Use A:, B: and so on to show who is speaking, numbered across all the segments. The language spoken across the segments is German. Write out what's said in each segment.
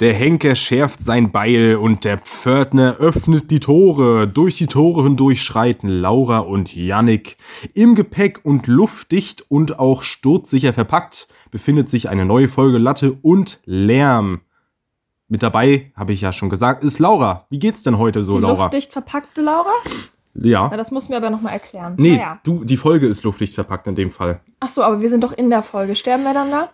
A: Der Henker schärft sein Beil und der Pförtner öffnet die Tore. Durch die Tore hindurch schreiten Laura und Yannick. Im Gepäck und luftdicht und auch sturzsicher verpackt befindet sich eine neue Folge Latte und Lärm. Mit dabei, habe ich ja schon gesagt, ist Laura. Wie geht's denn heute so,
B: die
A: Laura?
B: luftdicht verpackte Laura?
A: Ja.
B: Na, das musst du mir aber nochmal erklären.
A: Nee,
B: Naja.
A: du, die Folge ist luftdicht verpackt in dem Fall.
B: Ach so, aber wir sind doch in der Folge. Sterben wir dann da?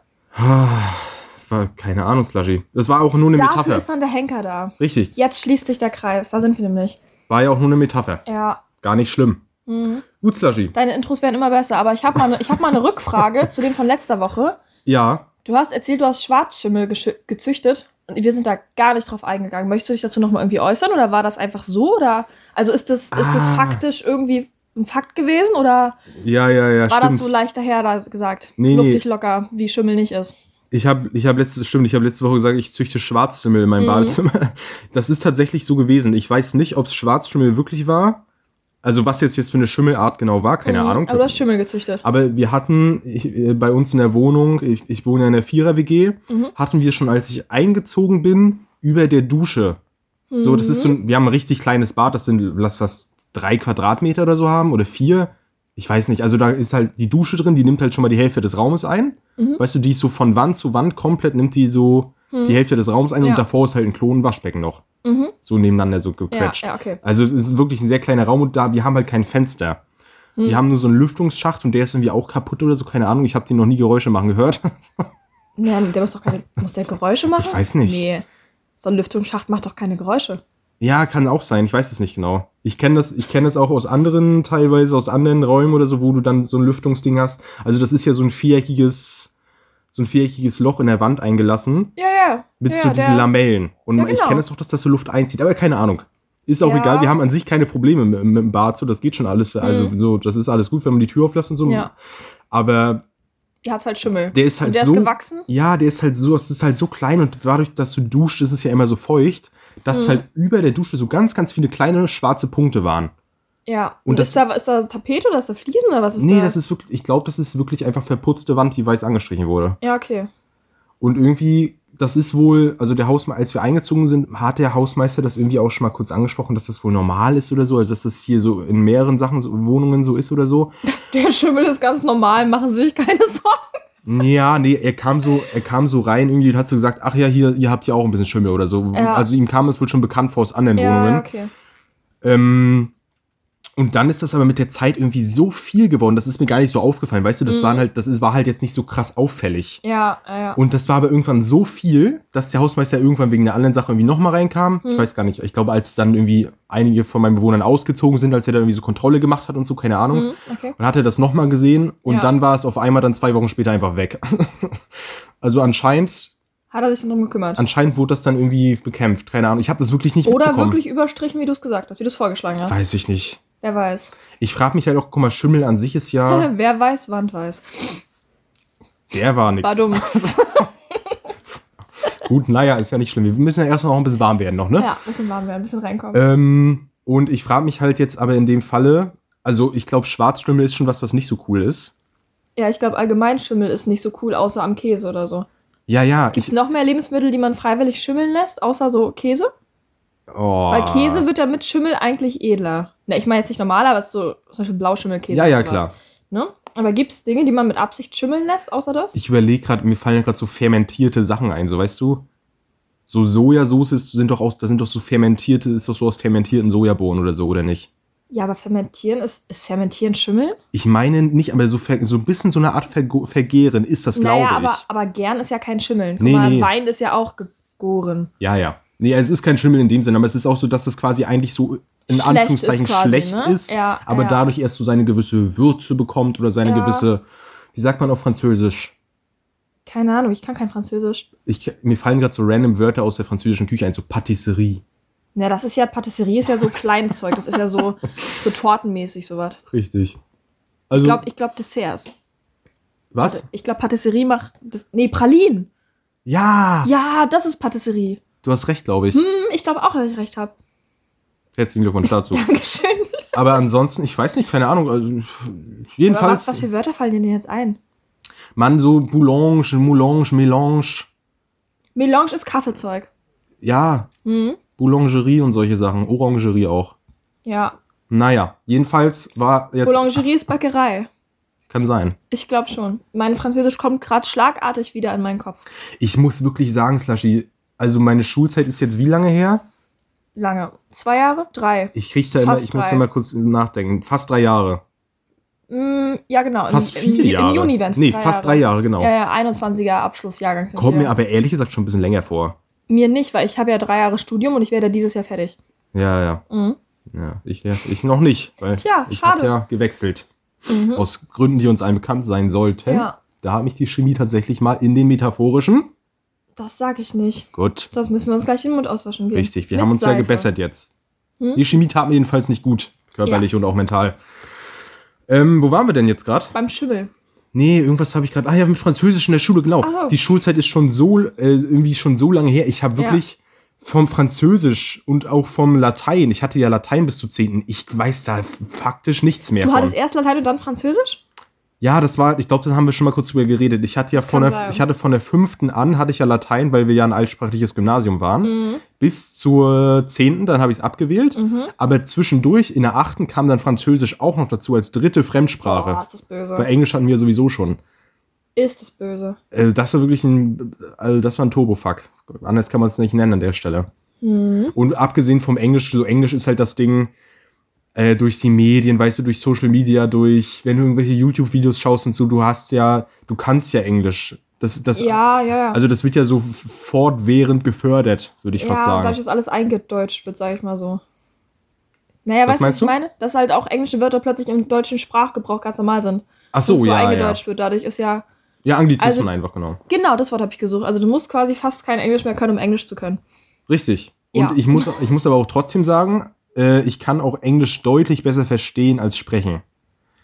A: War keine Ahnung, Slushy. Das war auch nur eine
B: Dafür
A: Metapher.
B: ist dann der Henker da.
A: Richtig,
B: Jetzt schließt sich der Kreis. Da sind wir nämlich.
A: war ja auch nur eine Metapher.
B: Ja.
A: Gar nicht schlimm.
B: Mhm.
A: Gut, Slushy.
B: Deine Intros werden immer besser, aber ich habe mal, ne, ich hab mal eine Rückfrage zu dem von letzter Woche.
A: Ja,
B: Du hast erzählt, du hast Schwarzschimmel geschü- gezüchtet und wir sind da gar nicht drauf eingegangen. Möchtest du dich dazu nochmal irgendwie äußern oder war das einfach so? Oder also ist das, ist das
A: Ah.
B: faktisch irgendwie ein Fakt gewesen oder
A: ja, ja, ja,
B: war
A: stimmt.
B: das so leicht daher da gesagt?
A: Nee, nee.
B: Luftig locker, wie Schimmel nicht ist.
A: Ich habe ich hab letzte, stimmt, ich habe letzte Woche gesagt, ich züchte Schwarzschimmel in meinem
B: Mhm.
A: Badezimmer. Das ist tatsächlich so gewesen. Ich weiß nicht, ob es Schwarzschimmel wirklich war. Also was jetzt, jetzt für eine Schimmelart genau war, keine
B: Mhm,
A: Ahnung. Ah.
B: Aber du hast Schimmel gezüchtet.
A: Aber wir hatten ich, äh, bei uns in der Wohnung, ich, ich wohne ja in der Vierer-WG, hatten wir schon, als ich eingezogen bin, über der Dusche. So, das ist so ein, wir haben ein richtig kleines Bad, das sind, lass das drei Quadratmeter oder so haben oder vier. Ich weiß nicht, also da ist halt die Dusche drin, die nimmt halt schon mal die Hälfte des Raumes ein. Weißt du, die ist so von Wand zu Wand komplett, nimmt die so die Hälfte des Raums ein
B: Ja.
A: und davor ist halt ein Klon Waschbecken noch. So nebeneinander so
B: Ja,
A: gequetscht.
B: ja, okay.
A: Also es ist wirklich ein sehr kleiner Raum und da, wir haben halt kein Fenster.
B: Hm.
A: Wir haben nur so einen Lüftungsschacht und der ist irgendwie auch kaputt oder so, keine Ahnung. Ich habe den noch nie Geräusche machen gehört.
B: Ja, nee, der muss doch keine. Muss der Geräusche machen?
A: Ich weiß nicht.
B: Nee. So ein Lüftungsschacht macht doch keine Geräusche.
A: ja, kann auch sein, ich weiß es nicht genau. Ich kenne das, ich kenn das auch aus anderen, teilweise aus anderen Räumen oder so, wo du dann so ein Lüftungsding hast. Also das ist ja so ein viereckiges, so ein viereckiges Loch in der Wand eingelassen
B: Ja, ja.
A: mit
B: ja,
A: so diesen
B: der-
A: Lamellen. Und
B: Ja,
A: ich
B: genau.
A: kenne das auch, dass das so Luft einzieht, aber keine Ahnung. Ist auch
B: Ja. Mhm.
A: egal, wir haben an sich keine Probleme mit, mit dem Bad, so das geht schon alles. Also so, das ist alles gut, wenn man die Tür auflässt und so.
B: Ja,
A: Aber
B: ihr habt halt Schimmel.
A: Der ist halt
B: Und der
A: so.
B: ist gewachsen?
A: Ja, der ist halt so, es ist halt so klein und dadurch, dass du duscht, ist es ja immer so feucht, dass
B: Mhm.
A: halt über der Dusche so ganz, ganz viele kleine schwarze Punkte waren.
B: Ja.
A: Und
B: Und,
A: das-
B: ist, da, ist da Tapete oder ist da Fliesen oder was ist
A: nee,
B: da?
A: das ist wirklich, ich glaube, das ist wirklich einfach verputzte Wand, die weiß angestrichen wurde.
B: Ja, okay.
A: Und irgendwie, das ist wohl, also der Hausmeister, als wir eingezogen sind, hat der Hausmeister das irgendwie auch schon mal kurz angesprochen, dass das wohl normal ist oder so, also dass das hier so in mehreren Sachen, so, Wohnungen so ist oder so.
B: Der Schimmel ist ganz normal, machen Sie sich keine Sorgen.
A: Ja, nee, er kam so, er kam so rein irgendwie und hat so gesagt, ach ja, hier, ihr habt ja auch ein bisschen Schimmel oder so.
B: Ja.
A: Also ihm kam es wohl schon bekannt vor aus anderen
B: Ja,
A: Wohnungen.
B: ja, okay.
A: Ähm, und dann ist das aber mit der Zeit irgendwie so viel geworden, das ist mir gar nicht so aufgefallen, weißt
B: Mhm.
A: du, das waren halt, das ist, war halt jetzt nicht so krass auffällig.
B: Ja, ja, ja.
A: Und das war aber irgendwann so viel, dass der Hausmeister irgendwann wegen einer anderen Sache irgendwie nochmal reinkam.
B: Mhm.
A: Ich weiß gar nicht. Ich glaube, als dann irgendwie einige von meinen Bewohnern ausgezogen sind, als er da irgendwie so Kontrolle gemacht hat und so, keine Ahnung.
B: Hm, okay.
A: Und hatte das nochmal gesehen und
B: Ja.
A: dann war es auf einmal dann zwei Wochen später einfach weg. also anscheinend,
B: Hat er sich dann drum gekümmert?
A: anscheinend wurde das dann irgendwie bekämpft. Keine Ahnung. Ich habe das wirklich nicht
B: Oder
A: mitbekommen.
B: wirklich überstrichen, wie du es gesagt hast, wie du es vorgeschlagen hast.
A: Weiß Ah. ich nicht.
B: Wer weiß.
A: Ich frage mich halt auch, guck mal, Schimmel an sich ist ja,
B: Wer weiß, Wand weiß.
A: der war nix.
B: War dumm.
A: Gut, naja, ist ja nicht schlimm. Wir müssen ja erstmal noch ein bisschen warm werden noch, ne?
B: ja, ein bisschen warm werden, ein bisschen reinkommen.
A: Ähm, und ich frage mich halt jetzt aber in dem Falle, also ich glaube, Schwarzschimmel ist schon was, was nicht so cool ist.
B: Ja, ich glaube, allgemein Schimmel ist nicht so cool, außer am Käse oder so.
A: Ja, ja.
B: Gibt es
A: ich,
B: noch mehr Lebensmittel, die man freiwillig schimmeln lässt, außer so Käse?
A: oh.
B: Weil Käse wird ja mit Schimmel eigentlich edler. Na, ich meine jetzt nicht normal, aber es ist so zum Beispiel Blauschimmelkäse.
A: Ja, ja,
B: und sowas.
A: klar.
B: Ne? Aber gibt es Dinge, die man mit Absicht schimmeln lässt, außer das?
A: Ich überlege gerade, mir fallen gerade so fermentierte Sachen ein, so weißt du? So Sojasauce ist, sind doch aus, da sind doch so fermentierte, ist doch so aus fermentierten Sojabohnen oder so, oder nicht?
B: Ja, aber fermentieren ist, ist fermentieren Schimmel?
A: Ich meine nicht, aber so, ver, so ein bisschen so eine Art Vergo- Vergehren ist das, glaube
B: naja,
A: ich.
B: aber, aber gern ist ja kein Schimmeln. Guck
A: Nee,
B: mal,
A: nee.
B: Wein ist ja auch gegoren.
A: Ja, ja. Nee, es ist kein Schimmel in dem Sinne, aber es ist auch so, dass es quasi eigentlich so in
B: Schlecht
A: Anführungszeichen
B: ist quasi,
A: schlecht
B: ne?
A: ist,
B: Ja,
A: aber
B: ja.
A: dadurch erst so seine gewisse Würze bekommt oder seine
B: Ja.
A: gewisse, wie sagt man auf Französisch?
B: Keine Ahnung, ich kann kein Französisch.
A: Ich, mir fallen gerade so random Wörter aus der französischen Küche ein, so Patisserie.
B: Na, Ne, das ist ja, Patisserie ist ja so kleines Zeug. Das ist ja so, so tortenmäßig sowas.
A: Richtig. Also,
B: Ich glaube, ich glaub, Desserts.
A: was?
B: Ich glaube, Patisserie macht. Das, nee, Pralinen.
A: Ja,
B: Ja, das ist Patisserie.
A: du hast recht, glaube ich.
B: Hm, ich glaube auch, dass ich recht habe.
A: Herzlichen Glückwunsch dazu.
B: Dankeschön.
A: aber ansonsten, ich weiß nicht, keine Ahnung. Also,
B: Aber was,
A: jedenfalls,
B: was für Wörter fallen dir denn jetzt ein?
A: man so Boulange, Moulange, Melange.
B: Melange ist Kaffeezeug.
A: ja,
B: Hm?
A: Boulangerie und solche Sachen. Orangerie auch.
B: Ja.
A: Naja, jedenfalls war jetzt.
B: Boulangerie ist Bäckerei.
A: Kann sein.
B: Ich glaube schon. Mein Französisch kommt gerade schlagartig wieder in meinen Kopf.
A: Ich muss wirklich sagen, Slushy, also meine Schulzeit ist jetzt wie lange her?
B: Lange. Zwei Jahre? Drei.
A: Ich krieg da immer,
B: Fast
A: ich muss da
B: drei.
A: mal kurz nachdenken. Fast drei Jahre.
B: Mm, ja, genau. Im-
A: Fast
B: im,
A: vier
B: Ju-
A: Jahre.
B: Im Juni, wenn es
A: nee, fast drei Jahre, genau.
B: Ja, ja, 21er Abschlussjahrgang. sind
A: Kommt
B: wir.
A: mir aber ehrlich gesagt schon ein bisschen länger vor.
B: Mir nicht, weil ich habe ja drei Jahre Studium und ich werde dieses Jahr fertig.
A: Ja, ja.
B: Mhm.
A: ja ich, ja, ich noch nicht, weil
B: Tja,
A: ich habe
B: schade.
A: ja gewechselt.
B: Mhm.
A: Aus Gründen, die uns allen bekannt sein sollten.
B: Ja.
A: Da hat mich die Chemie tatsächlich mal in den metaphorischen.
B: Das sage ich nicht.
A: Gut,
B: Das müssen wir uns gleich den Mund auswaschen. gehen.
A: richtig. Wir
B: Mit
A: haben uns ja
B: Seife.
A: gebessert jetzt.
B: Hm?
A: Die Chemie tat mir jedenfalls nicht gut. Körperlich und auch mental. Ähm, wo waren wir denn jetzt gerade?
B: Beim Schimmel.
A: Nee, irgendwas habe ich gerade. Ah ja, mit Französisch in der Schule, genau.
B: Ach so.
A: Die Schulzeit ist schon so, äh, irgendwie schon so lange her. Ich habe wirklich vom Französisch und auch vom Latein, ich hatte ja Latein bis zu 10. Ich weiß da f- faktisch nichts mehr
B: Du
A: von.
B: hattest erst Latein und dann Französisch?
A: Ja, das war, ich glaube, da haben wir schon mal kurz drüber geredet. Ich hatte ja
B: Das
A: von
B: kann
A: der,
B: sein.
A: ich hatte von der fünften an, hatte ich ja Latein, weil wir ja ein altsprachliches Gymnasium waren.
B: Mhm.
A: Bis zur zehnten, dann habe ich es abgewählt. Aber zwischendurch, in der achten, kam dann Französisch auch noch dazu als dritte Fremdsprache.
B: Boah, Oh, ist das böse.
A: Bei Englisch hatten wir sowieso schon.
B: Ist das böse.
A: Also das war wirklich ein, also das war ein Turbofuck. Anders kann man es nicht nennen an der Stelle.
B: Mhm.
A: Und abgesehen vom Englisch, so Englisch ist halt das Ding äh, durch die Medien, weißt du, durch Social Media, durch, wenn du irgendwelche YouTube-Videos schaust und so, du hast ja, du kannst ja Englisch. Das, das,
B: Ja, ja, ja.
A: Also das wird ja so f- fortwährend gefördert, würde ich
B: ja,
A: fast
B: dadurch,
A: sagen.
B: dass alles eingedeutscht wird, sage ich mal so. Naja,
A: Was
B: weißt du, was
A: meinst
B: ich
A: du?
B: meine? Dass halt auch englische Wörter plötzlich im deutschen Sprachgebrauch ganz normal sind.
A: Ach
B: Dass
A: so,
B: es so
A: ja, ja.
B: eingedeutscht wird. Dadurch ist ja.
A: Ja, Anglizismen
B: Also-
A: einfach, genau.
B: Genau, das Wort habe ich gesucht. Also du musst quasi fast kein Englisch mehr können, um Englisch zu können.
A: Richtig.
B: Ja.
A: Und ich muss, ich muss aber auch trotzdem sagen, äh, ich kann auch Englisch deutlich besser verstehen als sprechen.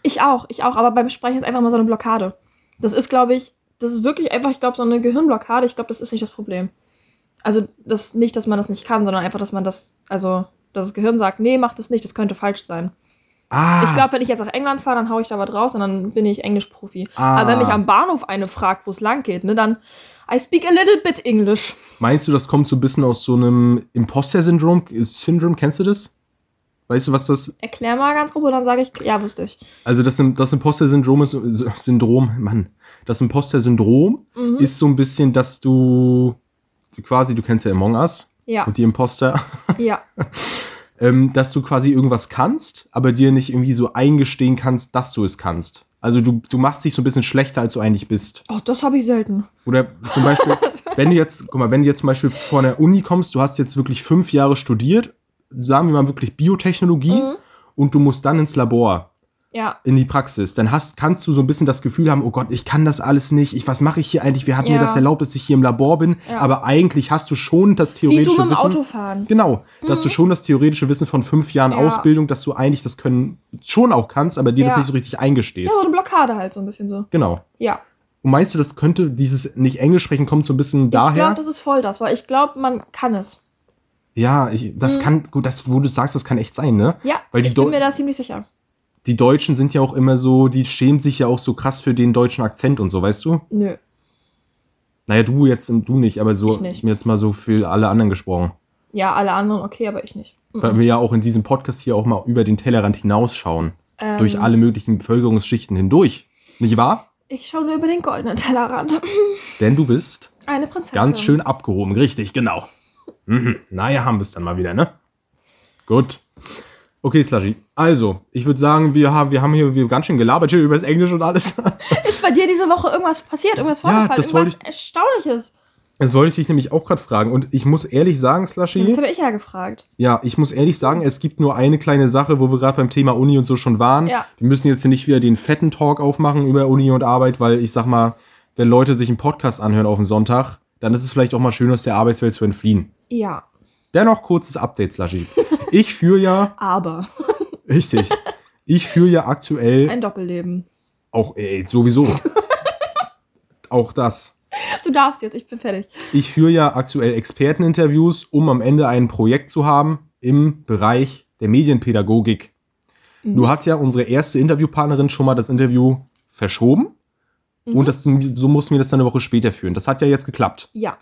B: Ich auch, ich auch, aber beim Sprechen ist einfach mal so eine Blockade. Das ist, glaube ich, das ist wirklich einfach, ich glaube, so eine Gehirnblockade. Ich glaube, das ist nicht das Problem. Also, das nicht, dass man das nicht kann, sondern einfach, dass man das, also, dass das Gehirn sagt, nee, mach das nicht, das könnte falsch sein.
A: Ah,
B: Ich glaube, wenn ich jetzt nach England fahre, dann hau ich da was raus und dann bin ich Englischprofi.
A: Ah.
B: Aber wenn mich am Bahnhof eine fragt, wo es lang geht, ne, dann I speak a little bit English.
A: Meinst du, das kommt so ein bisschen aus so einem Imposter-Syndrom? Ist- Syndrom, kennst du das? Weißt du, was das?
B: Erklär mal ganz grob und dann sage ich, ja, wusste ich.
A: Also das, das Imposter-Syndrom ist äh, Syndrom, Mann. Das Imposter-Syndrom ist so ein bisschen, dass du quasi, du kennst ja Among Us
B: Ja,
A: und die Imposter,
B: ja,
A: ähm, dass du quasi irgendwas kannst, aber dir nicht irgendwie so eingestehen kannst, dass du es kannst. Also du, du machst dich so ein bisschen schlechter, als du eigentlich bist.
B: oh, das habe ich selten.
A: Oder zum Beispiel, wenn du jetzt, guck mal, wenn du jetzt zum Beispiel von der Uni kommst, du hast jetzt wirklich fünf Jahre studiert, sagen wir mal wirklich Biotechnologie,
B: Mhm.
A: und du musst dann ins Labor,
B: Ja,
A: in die Praxis, dann hast, kannst du so ein bisschen das Gefühl haben, oh Gott, ich kann das alles nicht, ich, was mache ich hier eigentlich, wer hat mir
B: Ja.
A: das erlaubt, dass ich hier im Labor bin,
B: Ja.
A: aber eigentlich hast du schon das
B: wie du
A: theoretische
B: mit dem
A: Wissen.
B: Autofahren.
A: Genau, dass du schon das theoretische Wissen von fünf Jahren
B: Ja.
A: Ausbildung, dass du eigentlich das Können schon auch kannst, aber dir das
B: Ja.
A: nicht so richtig
B: Ja,
A: eingestehst.
B: so eine Blockade halt, so ein bisschen so.
A: Genau.
B: Ja.
A: Und meinst du, das könnte dieses nicht Englisch sprechen, kommt so ein bisschen daher?
B: Ich glaube, das ist voll das, weil ich glaube, man kann es.
A: Ja, ich, das kann, gut, das, wo du sagst, das kann echt sein, ne?
B: Mhm. Ja,
A: Weil die
B: ich bin
A: Deu-
B: mir da ziemlich sicher.
A: Die Deutschen sind ja auch immer so, die schämen sich ja auch so krass für den deutschen Akzent und so, weißt du?
B: Nö.
A: Naja, du jetzt, du nicht, aber so,
B: Ich nicht.
A: jetzt mal so für alle anderen gesprochen.
B: Ja, alle anderen okay, aber ich nicht. Mhm.
A: Weil wir ja auch in diesem Podcast hier auch mal über den Tellerrand hinausschauen.
B: Ähm.
A: Durch alle möglichen Bevölkerungsschichten hindurch. Nicht wahr?
B: Ich schaue nur über den goldenen Tellerrand.
A: Denn du bist
B: Eine Prinzessin.
A: ganz schön abgehoben, richtig, genau. Mhm. Naja, haben wir es dann mal wieder, ne? Gut. Okay, Slushy. Also, ich würde sagen, wir haben, wir haben hier wir haben ganz schön gelabert hier über das Englisch und alles.
B: Ist bei dir diese Woche irgendwas passiert? Irgendwas
A: Ja,
B: vorgefallen?
A: das wollte
B: irgendwas Erstaunliches?
A: Das wollte ich dich nämlich auch gerade fragen. Und ich muss ehrlich sagen,
B: Das
A: Slushy,
B: habe ich ja gefragt.
A: ja, ich muss ehrlich sagen, es gibt nur eine kleine Sache, wo wir gerade beim Thema Uni und so schon waren.
B: Ja.
A: Wir müssen jetzt hier nicht wieder den fetten Talk aufmachen über Uni und Arbeit, weil ich sag mal, wenn Leute sich einen Podcast anhören auf den Sonntag, dann ist es vielleicht auch mal schön, aus der Arbeitswelt zu entfliehen.
B: Ja,
A: Dennoch kurzes Update, Slushy. Ich führe ja,
B: aber
A: richtig, ich führe ja aktuell
B: ein Doppelleben.
A: auch, ey, sowieso. auch das.
B: Du darfst jetzt, ich bin fertig.
A: Ich führe ja aktuell Experteninterviews, um am Ende ein Projekt zu haben im Bereich der Medienpädagogik. Nur hat ja unsere erste Interviewpartnerin schon mal das Interview verschoben. Und das, so mussten wir das dann eine Woche später führen. Das hat ja jetzt geklappt.
B: Ja.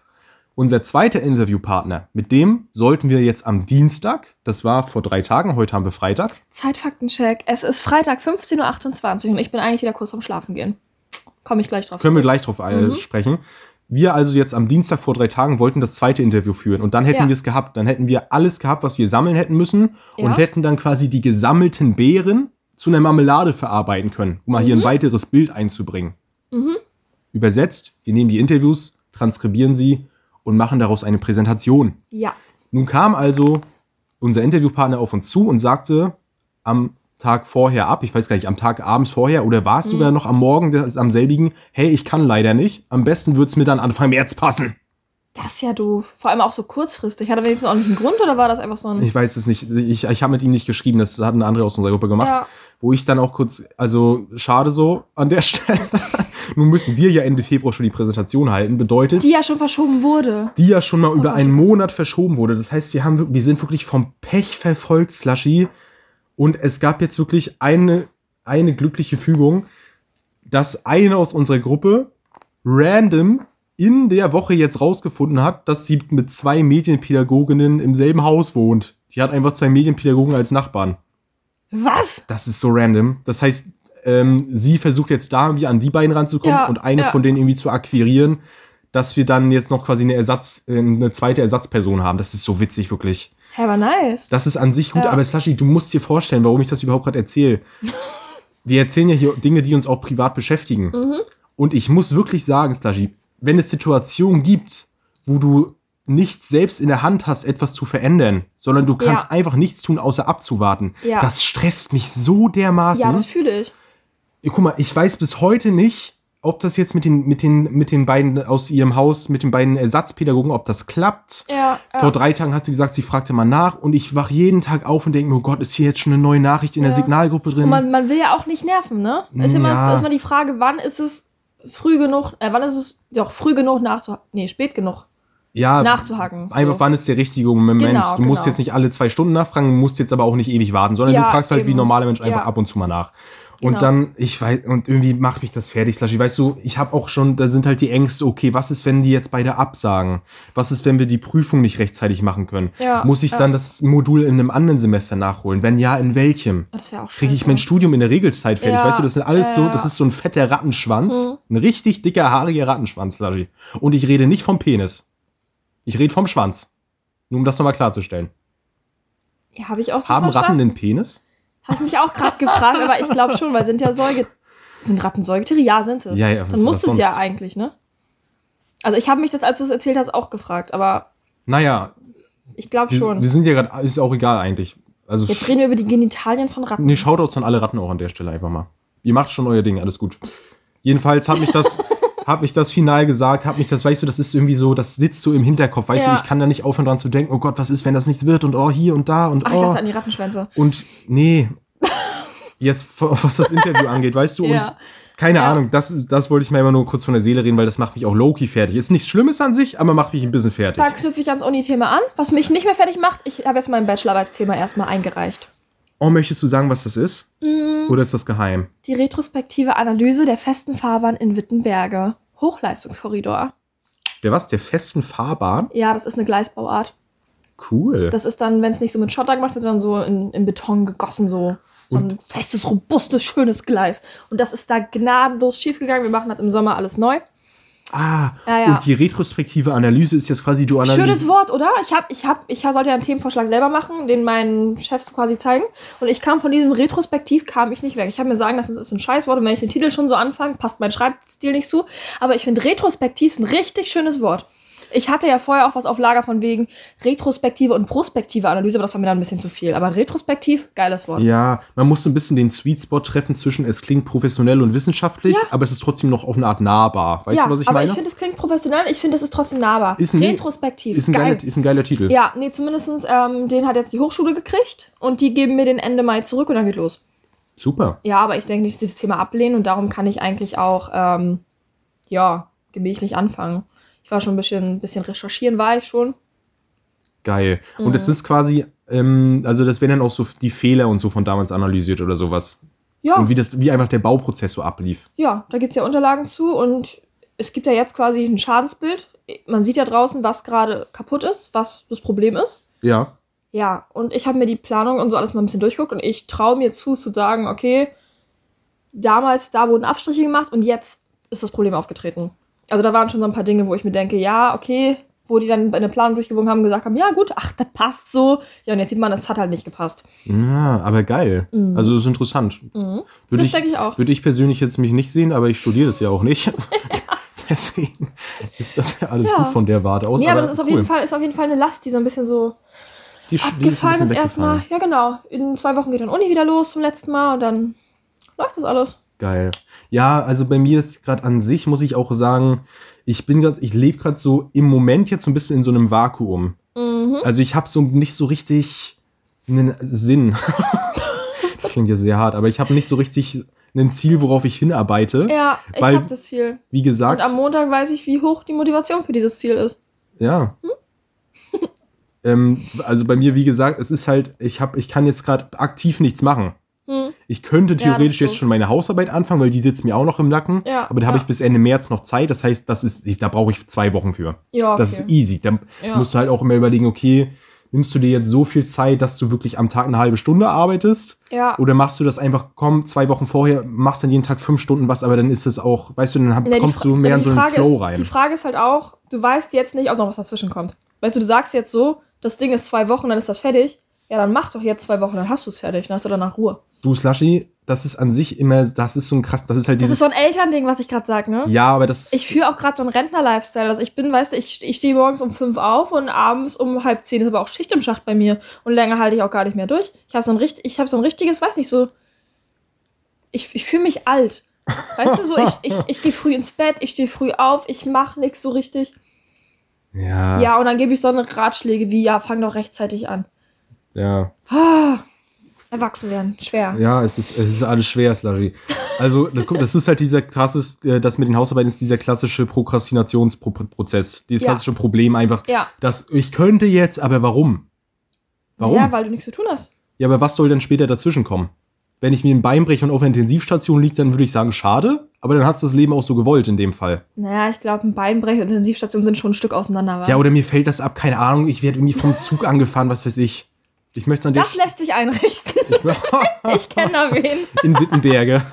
A: Unser zweiter Interviewpartner, mit dem sollten wir jetzt am Dienstag, das war vor drei Tagen, heute haben wir Freitag.
B: Zeitfaktencheck. Es ist Freitag 15.28 Uhr und ich bin eigentlich wieder kurz vorm Schlafen gehen. Komme ich gleich drauf.
A: Können wir gleich drauf äh,
B: Mhm.
A: sprechen. Wir also jetzt am Dienstag vor drei Tagen wollten das zweite Interview führen und dann hätten
B: Ja.
A: wir es gehabt. Dann hätten wir alles gehabt, was wir sammeln hätten müssen
B: Ja.
A: und hätten dann quasi die gesammelten Beeren zu einer Marmelade verarbeiten können, um mal
B: Mhm.
A: hier ein weiteres Bild einzubringen. Übersetzt, wir nehmen die Interviews, transkribieren sie und machen daraus eine Präsentation.
B: Ja.
A: Nun kam also unser Interviewpartner auf uns zu und sagte am Tag vorher ab, ich weiß gar nicht, am Tag abends vorher oder war es sogar noch am Morgen des, am selbigen, hey, ich kann leider nicht, am besten wird's mir dann Anfang März passen.
B: Das ist ja doof. Vor allem auch so kurzfristig. Hat er wenigstens auch nicht einen Grund oder war das einfach so ein.
A: Ich weiß es nicht, ich, ich habe mit ihm nicht geschrieben, das hat eine andere aus unserer Gruppe gemacht,
B: Ja.
A: wo ich dann auch kurz, also schade so an der Stelle. Nun müssen wir ja Ende Februar schon die Präsentation halten, bedeutet,
B: die ja schon verschoben wurde.
A: die ja schon mal über
B: Gott.
A: einen Monat verschoben wurde. Das heißt, wir, haben, wir- wir sind wirklich vom Pech verfolgt, Slushy. Und es gab jetzt wirklich eine, eine glückliche Fügung, dass eine aus unserer Gruppe random in der Woche jetzt rausgefunden hat, dass sie mit zwei Medienpädagoginnen im selben Haus wohnt. Die hat einfach zwei Medienpädagogen als Nachbarn.
B: Was?
A: Das ist so random. Das heißt, ähm, sie versucht jetzt da irgendwie an die beiden ranzukommen
B: Ja,
A: und eine
B: ja.
A: von denen irgendwie zu akquirieren, dass wir dann jetzt noch quasi eine Ersatz, äh, eine zweite Ersatzperson haben. Das ist so witzig, wirklich.
B: Hä, war nice.
A: Das ist an sich gut,
B: Ja.
A: aber Slushy, du musst dir vorstellen, warum ich das überhaupt gerade erzähle. wir erzählen ja hier Dinge, die uns auch privat beschäftigen.
B: Mhm.
A: Und ich muss wirklich sagen, Slushy, wenn es Situationen gibt, wo du nicht selbst in der Hand hast, etwas zu verändern, sondern du kannst
B: Ja.
A: einfach nichts tun, außer abzuwarten.
B: Ja.
A: Das stresst mich so dermaßen.
B: ja, das fühle ich.
A: Ja, Guck mal, ich weiß bis heute nicht, ob das jetzt mit den, mit den, mit den beiden aus ihrem Haus, mit den beiden Ersatzpädagogen, ob das klappt.
B: Ja. ja.
A: Vor drei Tagen hat sie gesagt, sie fragte mal nach und ich wach jeden Tag auf und denke mir, oh Gott, ist hier jetzt schon eine neue Nachricht in der
B: Ja.
A: Signalgruppe drin?
B: Und man, man will ja auch nicht nerven, ne? Ist immer,
A: Mm, Ja.
B: ist immer die Frage, wann ist es früh genug, äh, wann ist es doch früh genug nachzuhaken, nee, spät genug
A: ja,
B: nachzuhaken.
A: einfach
B: so.
A: wann ist der richtige Moment?
B: Genau,
A: du musst
B: genau.
A: jetzt nicht alle zwei Stunden nachfragen, du musst jetzt aber auch nicht ewig warten, sondern
B: Ja,
A: du fragst halt wie ein
B: eben.
A: normaler Mensch einfach
B: Ja.
A: ab und zu mal nach. Und
B: Genau.
A: dann, ich weiß, und irgendwie macht mich das fertig, Slushy. Weißt du, ich habe auch schon, da sind halt die Ängste, okay, was ist, wenn die jetzt beide absagen? Was ist, wenn wir die Prüfung nicht rechtzeitig machen können?
B: Ja,
A: Muss ich
B: ja.
A: dann das Modul in einem anderen Semester nachholen? Wenn ja, in welchem?
B: Das wäre auch
A: Kriege ich
B: scheiße.
A: mein Studium in der Regelzeit fertig?
B: Ja,
A: Weißt du, das sind alles
B: ja,
A: so,
B: ja.
A: das ist so ein fetter Rattenschwanz. Ein
B: Mhm.
A: richtig dicker, haariger Rattenschwanz, Slushy. Und ich rede nicht vom Penis. Ich rede vom Schwanz. Nur um das nochmal klarzustellen.
B: Ja, habe ich auch so
A: Haben Ratten
B: verstanden.
A: den Penis?
B: Habe ich mich auch gerade gefragt, aber ich glaube schon, weil sind ja Säuge sind Ratten Säugetiere? Ja, sind es.
A: Ja, ja, was
B: Dann muss
A: soll
B: es
A: das
B: ja
A: sonst?
B: eigentlich, ne? Also ich habe mich das, als du es erzählt hast, auch gefragt, aber
A: Naja,
B: ich glaube
A: wir,
B: schon.
A: wir sind ja gerade, ist auch egal eigentlich. Also,
B: Jetzt reden wir über die Genitalien von Ratten.
A: nee, Shoutouts an alle Ratten auch an der Stelle einfach mal. Ihr macht schon euer Ding, alles gut. Jedenfalls hat mich das, hat mich das final gesagt, hat mich das, weißt du, das ist irgendwie so, das sitzt so im Hinterkopf, weißt
B: Ja.
A: du, ich kann da nicht aufhören dran zu denken, oh Gott, was ist, wenn das nichts wird und oh, hier und da und
B: Ach,
A: oh.
B: ich dachte an die Rattenschwänze.
A: Und nee, jetzt was das Interview angeht, weißt du,
B: Ja.
A: und keine
B: Ja.
A: Ahnung, das, das wollte ich mir immer nur kurz von der Seele reden, weil das macht mich auch Loki fertig. Ist nichts Schlimmes an sich, aber macht mich ein bisschen fertig.
B: Da knüpfe ich ans Uni-Thema an. Was mich nicht mehr fertig macht, ich habe jetzt mein Bachelorarbeitsthema erstmal eingereicht.
A: Oh, möchtest du sagen, was das ist?
B: Mm.
A: Oder ist das geheim?
B: Die retrospektive Analyse der festen Fahrbahn in Wittenberge. Hochleistungskorridor.
A: Der was? Der festen Fahrbahn?
B: Ja, das ist eine Gleisbauart.
A: Cool.
B: Das ist dann, wenn es nicht so mit Schotter gemacht wird, sondern so in, in Beton gegossen, so. So ein festes, robustes, schönes Gleis. Und das ist da gnadenlos schiefgegangen. Wir machen das im Sommer alles neu.
A: ah,
B: Ja, ja.
A: und die retrospektive Analyse ist jetzt quasi du
B: Schönes
A: analysierst.
B: Wort, oder? Ich, hab, ich, hab, ich sollte ja einen Themenvorschlag selber machen, den meinen Chefs quasi zeigen. Und ich kam von diesem Retrospektiv, kam ich nicht weg. Ich habe mir sagen lassen, das ist ein Scheißwort. Und wenn ich den Titel schon so anfange, passt mein Schreibstil nicht zu. Aber ich finde Retrospektiv ein richtig schönes Wort. Ich hatte ja vorher auch was auf Lager von wegen retrospektive und prospektive Analyse, aber das war mir dann ein bisschen zu viel. Aber retrospektiv, geiles Wort.
A: Ja, man muss so ein bisschen den Sweet Spot treffen zwischen es klingt professionell und wissenschaftlich,
B: Ja.
A: aber es ist trotzdem noch auf eine Art nahbar. Weißt du, was ich
B: aber
A: meine?
B: ich finde, es klingt professionell. Ich finde, es ist trotzdem nahbar.
A: Ist ein-
B: Retrospektiv.
A: ist, ein
B: geil.
A: geiler, ist ein geiler Titel.
B: Ja, nee, zumindestens ähm, den hat jetzt die Hochschule gekriegt und die geben mir den Ende Mai zurück und dann geht los.
A: Super.
B: Ja, aber ich denke nicht, dass sie das Thema ablehnen und darum kann ich eigentlich auch, ähm, ja, gemächlich anfangen. Ich war schon ein bisschen, ein bisschen recherchieren, war ich schon.
A: Geil. Und es ist quasi, ähm, also das werden dann auch so die Fehler und so von damals analysiert oder sowas.
B: Ja,
A: Und wie, das, wie einfach der Bauprozess so ablief.
B: ja, da gibt's ja Unterlagen zu und es gibt ja jetzt quasi ein Schadensbild. man sieht ja draußen, was gerade kaputt ist, was das Problem ist.
A: Ja.
B: Ja, und ich habe mir die Planung und so alles mal ein bisschen durchgeguckt und ich traue mir zu, zu sagen, okay, damals da wurden Abstriche gemacht und jetzt ist das Problem aufgetreten. Also da waren schon so ein paar Dinge, wo ich mir denke, ja, okay, wo die dann eine Planung durchgewogen haben und gesagt haben, ja gut, ach, das passt so. Ja, und jetzt sieht man, das hat halt nicht gepasst.
A: Ja, aber geil.
B: Mhm.
A: Also das ist interessant.
B: Mhm.
A: Würde
B: Das
A: ich,
B: denke ich auch.
A: Würde ich persönlich jetzt mich nicht sehen, aber ich studiere das ja auch nicht. Deswegen ist das ja alles
B: Ja.
A: gut von der Warte aus.
B: Nee, aber das ist auf, jeden Fall, ist auf jeden Fall eine Last, die so ein bisschen so
A: Die, sch- die ist ein
B: abgefallen
A: bisschen
B: ist erstmal.
A: weggefallen.
B: Ja, genau. In zwei Wochen geht dann Uni wieder los zum letzten Mal und dann läuft das alles.
A: Geil. Ja, also bei mir ist gerade an sich, muss ich auch sagen, ich bin gerade, ich lebe gerade so im Moment jetzt so ein bisschen in so einem Vakuum.
B: Mhm.
A: Also ich habe so nicht so richtig einen Sinn. das klingt ja sehr hart, aber ich habe nicht so richtig ein Ziel, worauf ich hinarbeite.
B: Ja, ich
A: Weil-
B: habe das Ziel.
A: Wie
B: Und
A: gesagt,
B: am Montag weiß ich, wie hoch die Motivation für dieses Ziel ist.
A: Ja. ähm, also bei mir, wie gesagt, es ist halt, ich hab, ich kann jetzt gerade aktiv nichts machen.
B: Hm.
A: Ich könnte
B: das
A: theoretisch
B: stimmt.
A: jetzt schon meine Hausarbeit anfangen, weil die sitzt mir auch noch im Nacken.
B: Ja,
A: aber da habe
B: ja.
A: ich bis Ende März noch Zeit. Das heißt, das ist, ich- da brauche ich zwei Wochen für.
B: Ja, okay.
A: Das ist easy. Da
B: Ja.
A: musst du halt auch immer überlegen, okay, nimmst du dir jetzt so viel Zeit, dass du wirklich am Tag eine halbe Stunde arbeitest?
B: ja.
A: Oder machst du das einfach, komm, zwei Wochen vorher, machst dann jeden Tag fünf Stunden was, aber dann ist es auch, weißt du, dann hab,
B: Nee, die
A: kommst
B: Fra-
A: du mehr in
B: die
A: so einen
B: Frage
A: Flow
B: ist,
A: rein.
B: Die Frage ist halt auch, du weißt jetzt nicht, ob noch was dazwischen kommt. Weißt du, du sagst jetzt so, das Ding ist zwei Wochen, dann ist das fertig. Ja, dann mach doch jetzt zwei Wochen, dann hast du es fertig, dann hast du danach Ruhe.
A: Du Slushy, das ist an sich immer, das ist so ein krass, das ist halt
B: Das
A: dieses.
B: ist so ein Elternding, was ich gerade sag, ne?
A: ja, aber das.
B: Ich führe auch gerade so einen Rentner-Lifestyle. Also ich bin, weißt du, ich, ich stehe morgens um fünf auf und abends um halb zehn ist aber auch Schicht im Schacht bei mir. Und länger halte ich auch gar nicht mehr durch. Ich habe so, ein richt- ich hab so ein richtiges, weiß nicht, so. Ich, ich fühle mich alt. Weißt du, so, ich, ich, ich gehe früh ins Bett, ich stehe früh auf, ich mache nichts so richtig.
A: ja, ja.
B: Ja, und dann gebe ich so eine Ratschläge wie, ja, fang doch rechtzeitig an.
A: Ja,
B: Ah, erwachsen werden, schwer.
A: es, ist, es ist alles schwer, Slushy. Also, das, guck, das ist halt dieser krasses, äh, das mit den Hausarbeiten ist dieser klassische Prokrastinationsprozess. Dieses
B: Ja.
A: klassische Problem einfach,
B: Ja.
A: dass ich könnte jetzt, aber warum? Warum?
B: Ja, weil du nichts zu tun hast.
A: Ja, aber was soll denn später dazwischen kommen? Wenn ich mir ein Bein breche und auf einer Intensivstation liegt, dann würde ich sagen, schade, aber dann hat es das Leben auch so gewollt in dem Fall.
B: Naja, ich glaube, ein Beinbrech und Intensivstation sind schon ein Stück auseinander. wa?
A: Ja, oder mir fällt das ab, keine Ahnung, ich werde irgendwie vom Zug angefahren, was weiß ich. Ich möchte es an der
B: das lässt sich einrichten. Ich kenne da wen.
A: in Wittenberge.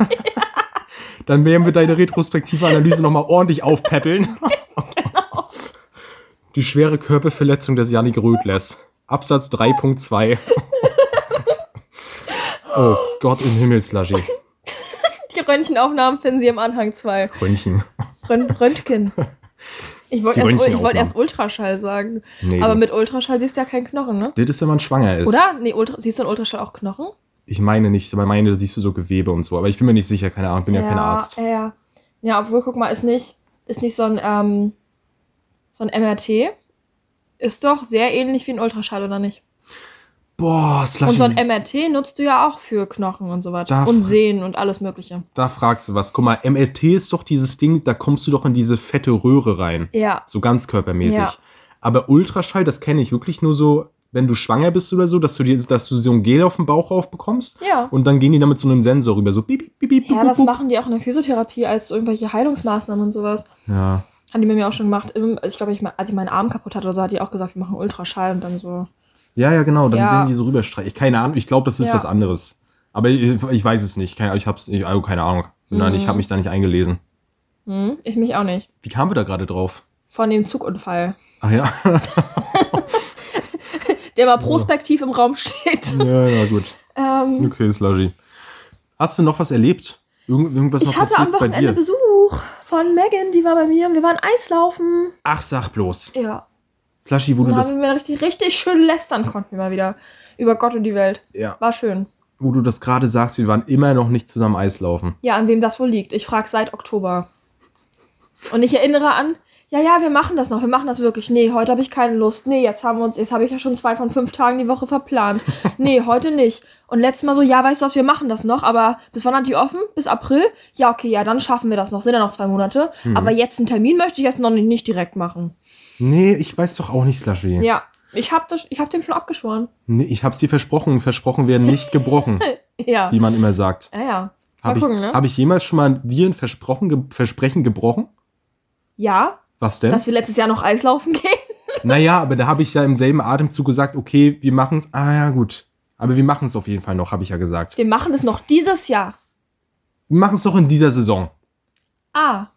A: Dann werden wir deine retrospektive Analyse nochmal ordentlich aufpäppeln. Die schwere Körperverletzung des Janik Rödles. Absatz 3.2. oh Gott im Himmel, Slushy.
B: Die Röntgenaufnahmen finden Sie im Anhang 2.
A: Röntgen.
B: Rön Röntgen. Ich
A: Die
B: wollte erst, ich wollt
A: Röntgenaufnahmen.
B: erst Ultraschall sagen.
A: Nee.
B: Aber mit Ultraschall siehst du ja keinen Knochen, ne?
A: Das ist, wenn man schwanger ist.
B: Oder? Nee, Ultra siehst du in Ultraschall auch Knochen?
A: Ich meine nicht, aber meine, da siehst du so Gewebe und so. Aber ich bin mir nicht sicher, keine Ahnung, bin ja, kein Arzt.
B: Ja, ja. Ja, obwohl, guck mal, ist nicht, ist nicht so ein, ähm, so ein MRT. Ist doch sehr ähnlich wie ein Ultraschall, oder nicht?
A: Boah, Slushy.
B: Und so ein MRT nutzt du ja auch für Knochen und so weiter.
A: Darf-
B: Und Sehnen und alles Mögliche.
A: da fragst du was. Guck mal, MRT ist doch dieses Ding, da kommst du doch in diese fette Röhre rein.
B: Ja.
A: So ganz körpermäßig.
B: Ja.
A: Aber Ultraschall, das kenne ich wirklich nur so, wenn du schwanger bist oder so, dass du dir, dass du so ein Gel auf den Bauch raufbekommst.
B: Ja.
A: Und dann gehen die damit so einem Sensor rüber, so piep, piep, piep, piep,
B: Ja,
A: piep,
B: das
A: piep.
B: machen die auch in der Physiotherapie als irgendwelche Heilungsmaßnahmen und sowas.
A: Ja.
B: Hat die bei mir auch schon gemacht. Im- Ich glaube, ich, mein- als ich meinen Arm kaputt hatte, oder so, hat die auch gesagt, wir machen Ultraschall und dann so.
A: ja, ja, genau, dann
B: Ja.
A: werden die so rüberstreichen. Ich keine Ahnung, ich glaube, das ist
B: Ja.
A: was anderes. Aber ich, ich weiß es nicht, keine, ich hab's, ich, also keine Ahnung. Nein, ich
B: Mhm.
A: habe mich da nicht eingelesen.
B: Hm, ich mich auch nicht.
A: Wie kamen wir da gerade drauf?
B: Von dem Zugunfall,
A: Ach ja.
B: der
A: Oh.
B: mal prospektiv im Raum steht.
A: ja, ja, gut.
B: Ähm,
A: Okay, Slushy. Hast du noch was erlebt? Irgend, irgendwas
B: ich
A: noch
B: hatte
A: passiert
B: am
A: bei
B: Wochenende
A: dir?
B: Besuch von Megan, die war bei mir und wir waren Eislaufen.
A: Ach, sag bloß.
B: Ja.
A: Slushy, wo du
B: Und da
A: das
B: haben wir richtig, richtig schön lästern konnten wir mal wieder. Über Gott und die Welt.
A: Ja.
B: War schön.
A: wo du das gerade sagst, wir waren immer noch nicht zusammen Eislaufen.
B: Ja, an wem das wohl liegt. Ich frage seit Oktober. Und ich erinnere an, ja, ja, wir machen das noch, wir machen das wirklich. Nee, heute habe ich keine Lust. Nee, jetzt haben wir uns, jetzt habe ich ja schon zwei von fünf Tagen die Woche verplant. Nee, heute nicht. Und letztes Mal so, ja, weißt du was, wir machen das noch, aber bis wann hat die offen? Bis April? Ja, okay, ja, dann schaffen wir das noch. Sind ja noch zwei Monate. Aber jetzt einen Termin möchte ich jetzt noch nicht, nicht direkt machen.
A: Nee, ich weiß doch auch nicht, Slushy.
B: Ja. Ich habe das, ich habe dem schon abgeschworen.
A: Nee, ich hab's dir versprochen. Versprochen werden nicht gebrochen,
B: Ja. Ah
A: wie man immer sagt.
B: Ja, ja. Mal
A: Habe ich,
B: gucken, ne?
A: hab ich jemals schon mal dir ein Versprochen, ge Versprechen gebrochen?
B: ja,
A: Was denn?
B: Dass wir letztes Jahr noch Eislaufen gehen.
A: Naja, aber da habe ich ja im selben Atemzug gesagt, okay, wir machen es. Ah ja, gut. Aber wir machen es auf jeden Fall noch, habe ich ja gesagt.
B: Wir machen es noch dieses Jahr.
A: Wir machen es doch in dieser Saison.
B: Ah,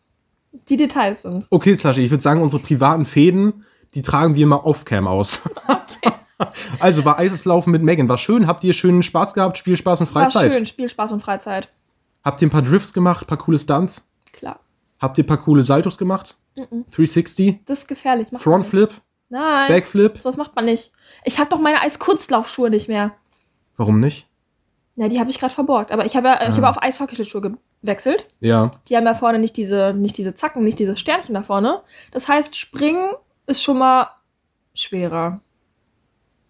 B: die Details sind.
A: Okay, Slashy, ich würde sagen, unsere privaten Fäden, die tragen wir immer off-cam aus. Also war Eislaufen mit Megan. War schön. Habt ihr schönen Spaß gehabt? Spielspaß und
B: War
A: Freizeit?
B: schön, Spiel, Spaß und Freizeit.
A: Habt ihr ein paar Drifts gemacht? paar coole Stunts?
B: Klar.
A: Habt ihr ein paar coole Saltos gemacht? 360?
B: Das ist gefährlich. Macht man nicht.
A: Frontflip?
B: Nein.
A: Backflip?
B: Sowas macht man nicht. Ich habe doch meine Eiskunstlaufschuhe nicht mehr.
A: Warum nicht?
B: Na, die habe ich gerade verborgt. Aber ich habe ja, ich habe auf Eishockeyschlittschuhe gewechselt.
A: Ja.
B: Die haben ja vorne nicht diese, nicht diese Zacken, nicht dieses Sternchen da vorne. Das heißt, springen ist schon mal schwerer.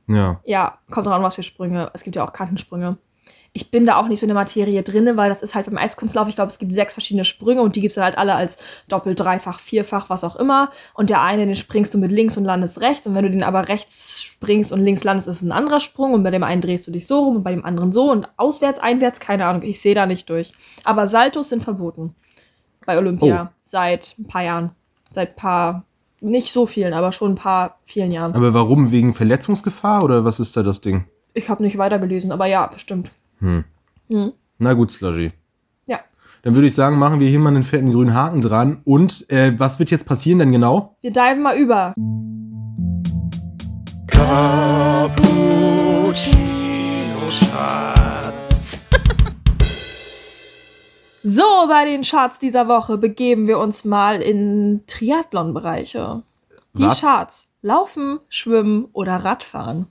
A: Ja.
B: Ja, kommt drauf an, was für Sprünge. Es gibt ja auch Kantensprünge. Ich bin da auch nicht so in der Materie drinne, weil das ist halt beim Eiskunstlauf. Ich glaube, es gibt sechs verschiedene Sprünge und die gibt's dann halt alle als doppelt, dreifach, vierfach, was auch immer. Und der eine, den springst du mit links und landest rechts. Und wenn du den aber rechts springst und links landest, ist es ein anderer Sprung. Und bei dem einen drehst du dich so rum und bei dem anderen so und auswärts, einwärts, keine Ahnung. Ich sehe da nicht durch. Aber Saltos sind verboten bei Olympia seit ein paar Jahren. Seit ein paar, nicht so vielen, aber schon ein paar vielen Jahren.
A: Aber warum? Wegen Verletzungsgefahr oder was ist da das Ding?
B: Ich habe nicht weitergelesen, aber ja, bestimmt.
A: Na gut, Slushy.
B: Ja.
A: Dann würde ich sagen, machen wir hier mal einen fetten grünen Haken dran. Und äh, was wird jetzt passieren denn genau?
B: Wir diven mal über. So, bei den Charts dieser Woche begeben wir uns mal in Triathlon-Bereiche. Die
A: Was?
B: Charts. Laufen, Schwimmen oder Radfahren.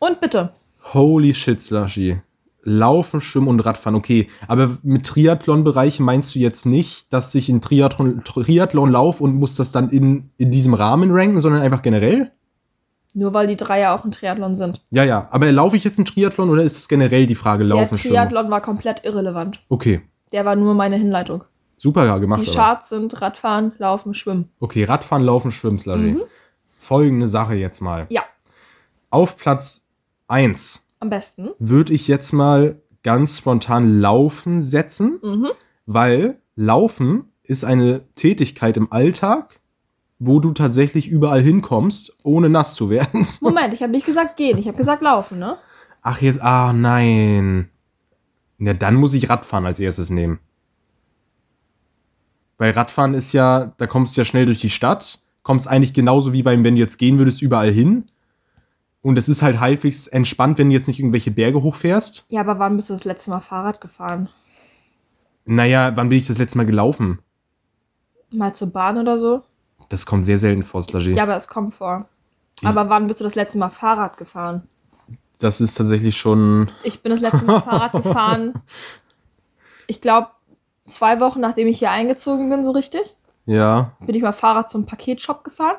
B: Und bitte.
A: Holy shit, Slushy. Laufen, Schwimmen und Radfahren, okay. Aber mit Triathlon-Bereich meinst du jetzt nicht, dass ich in Triathlon, Triathlon laufe und muss das dann in, in diesem Rahmen ranken, sondern einfach generell?
B: Nur weil die drei ja auch ein Triathlon sind.
A: Ja, ja. Aber laufe ich jetzt einen Triathlon oder ist es generell die Frage Laufen,
B: Der
A: Schwimmen?
B: Triathlon war komplett irrelevant.
A: Okay.
B: Der war nur meine Hinleitung.
A: Super gemacht.
B: die
A: aber.
B: Charts sind Radfahren, Laufen, Schwimmen.
A: Okay, Radfahren, Laufen, Schwimmen, Slushy.
B: Mhm.
A: Folgende Sache jetzt mal.
B: Ja,
A: Auf Platz 1
B: am besten.
A: würde ich jetzt mal ganz spontan Laufen setzen,
B: Mhm.
A: weil Laufen ist eine Tätigkeit im Alltag, wo du tatsächlich überall hinkommst, ohne nass zu werden.
B: Moment, ich habe nicht gesagt gehen, ich habe gesagt laufen, ne?
A: Ach jetzt, ah nein. Na, dann muss ich Radfahren als erstes nehmen. Weil Radfahren ist ja, da kommst du ja schnell durch die Stadt, kommst eigentlich genauso wie beim, wenn du jetzt gehen würdest, überall hin. Und es ist halt halbwegs entspannt, wenn du jetzt nicht irgendwelche Berge hochfährst.
B: Ja, aber wann bist du das letzte Mal Fahrrad gefahren?
A: Naja, wann bin ich das letzte Mal gelaufen?
B: Mal zur Bahn oder so?
A: Das kommt sehr selten vor, Slagy.
B: Ja, aber es kommt vor. Aber wann bist du das letzte Mal Fahrrad gefahren?
A: Das ist tatsächlich schon.
B: Ich bin das letzte Mal Fahrrad gefahren. Ich glaube, zwei Wochen nachdem ich hier eingezogen bin, so richtig,
A: Ja.
B: bin ich mal Fahrrad zum Paketshop gefahren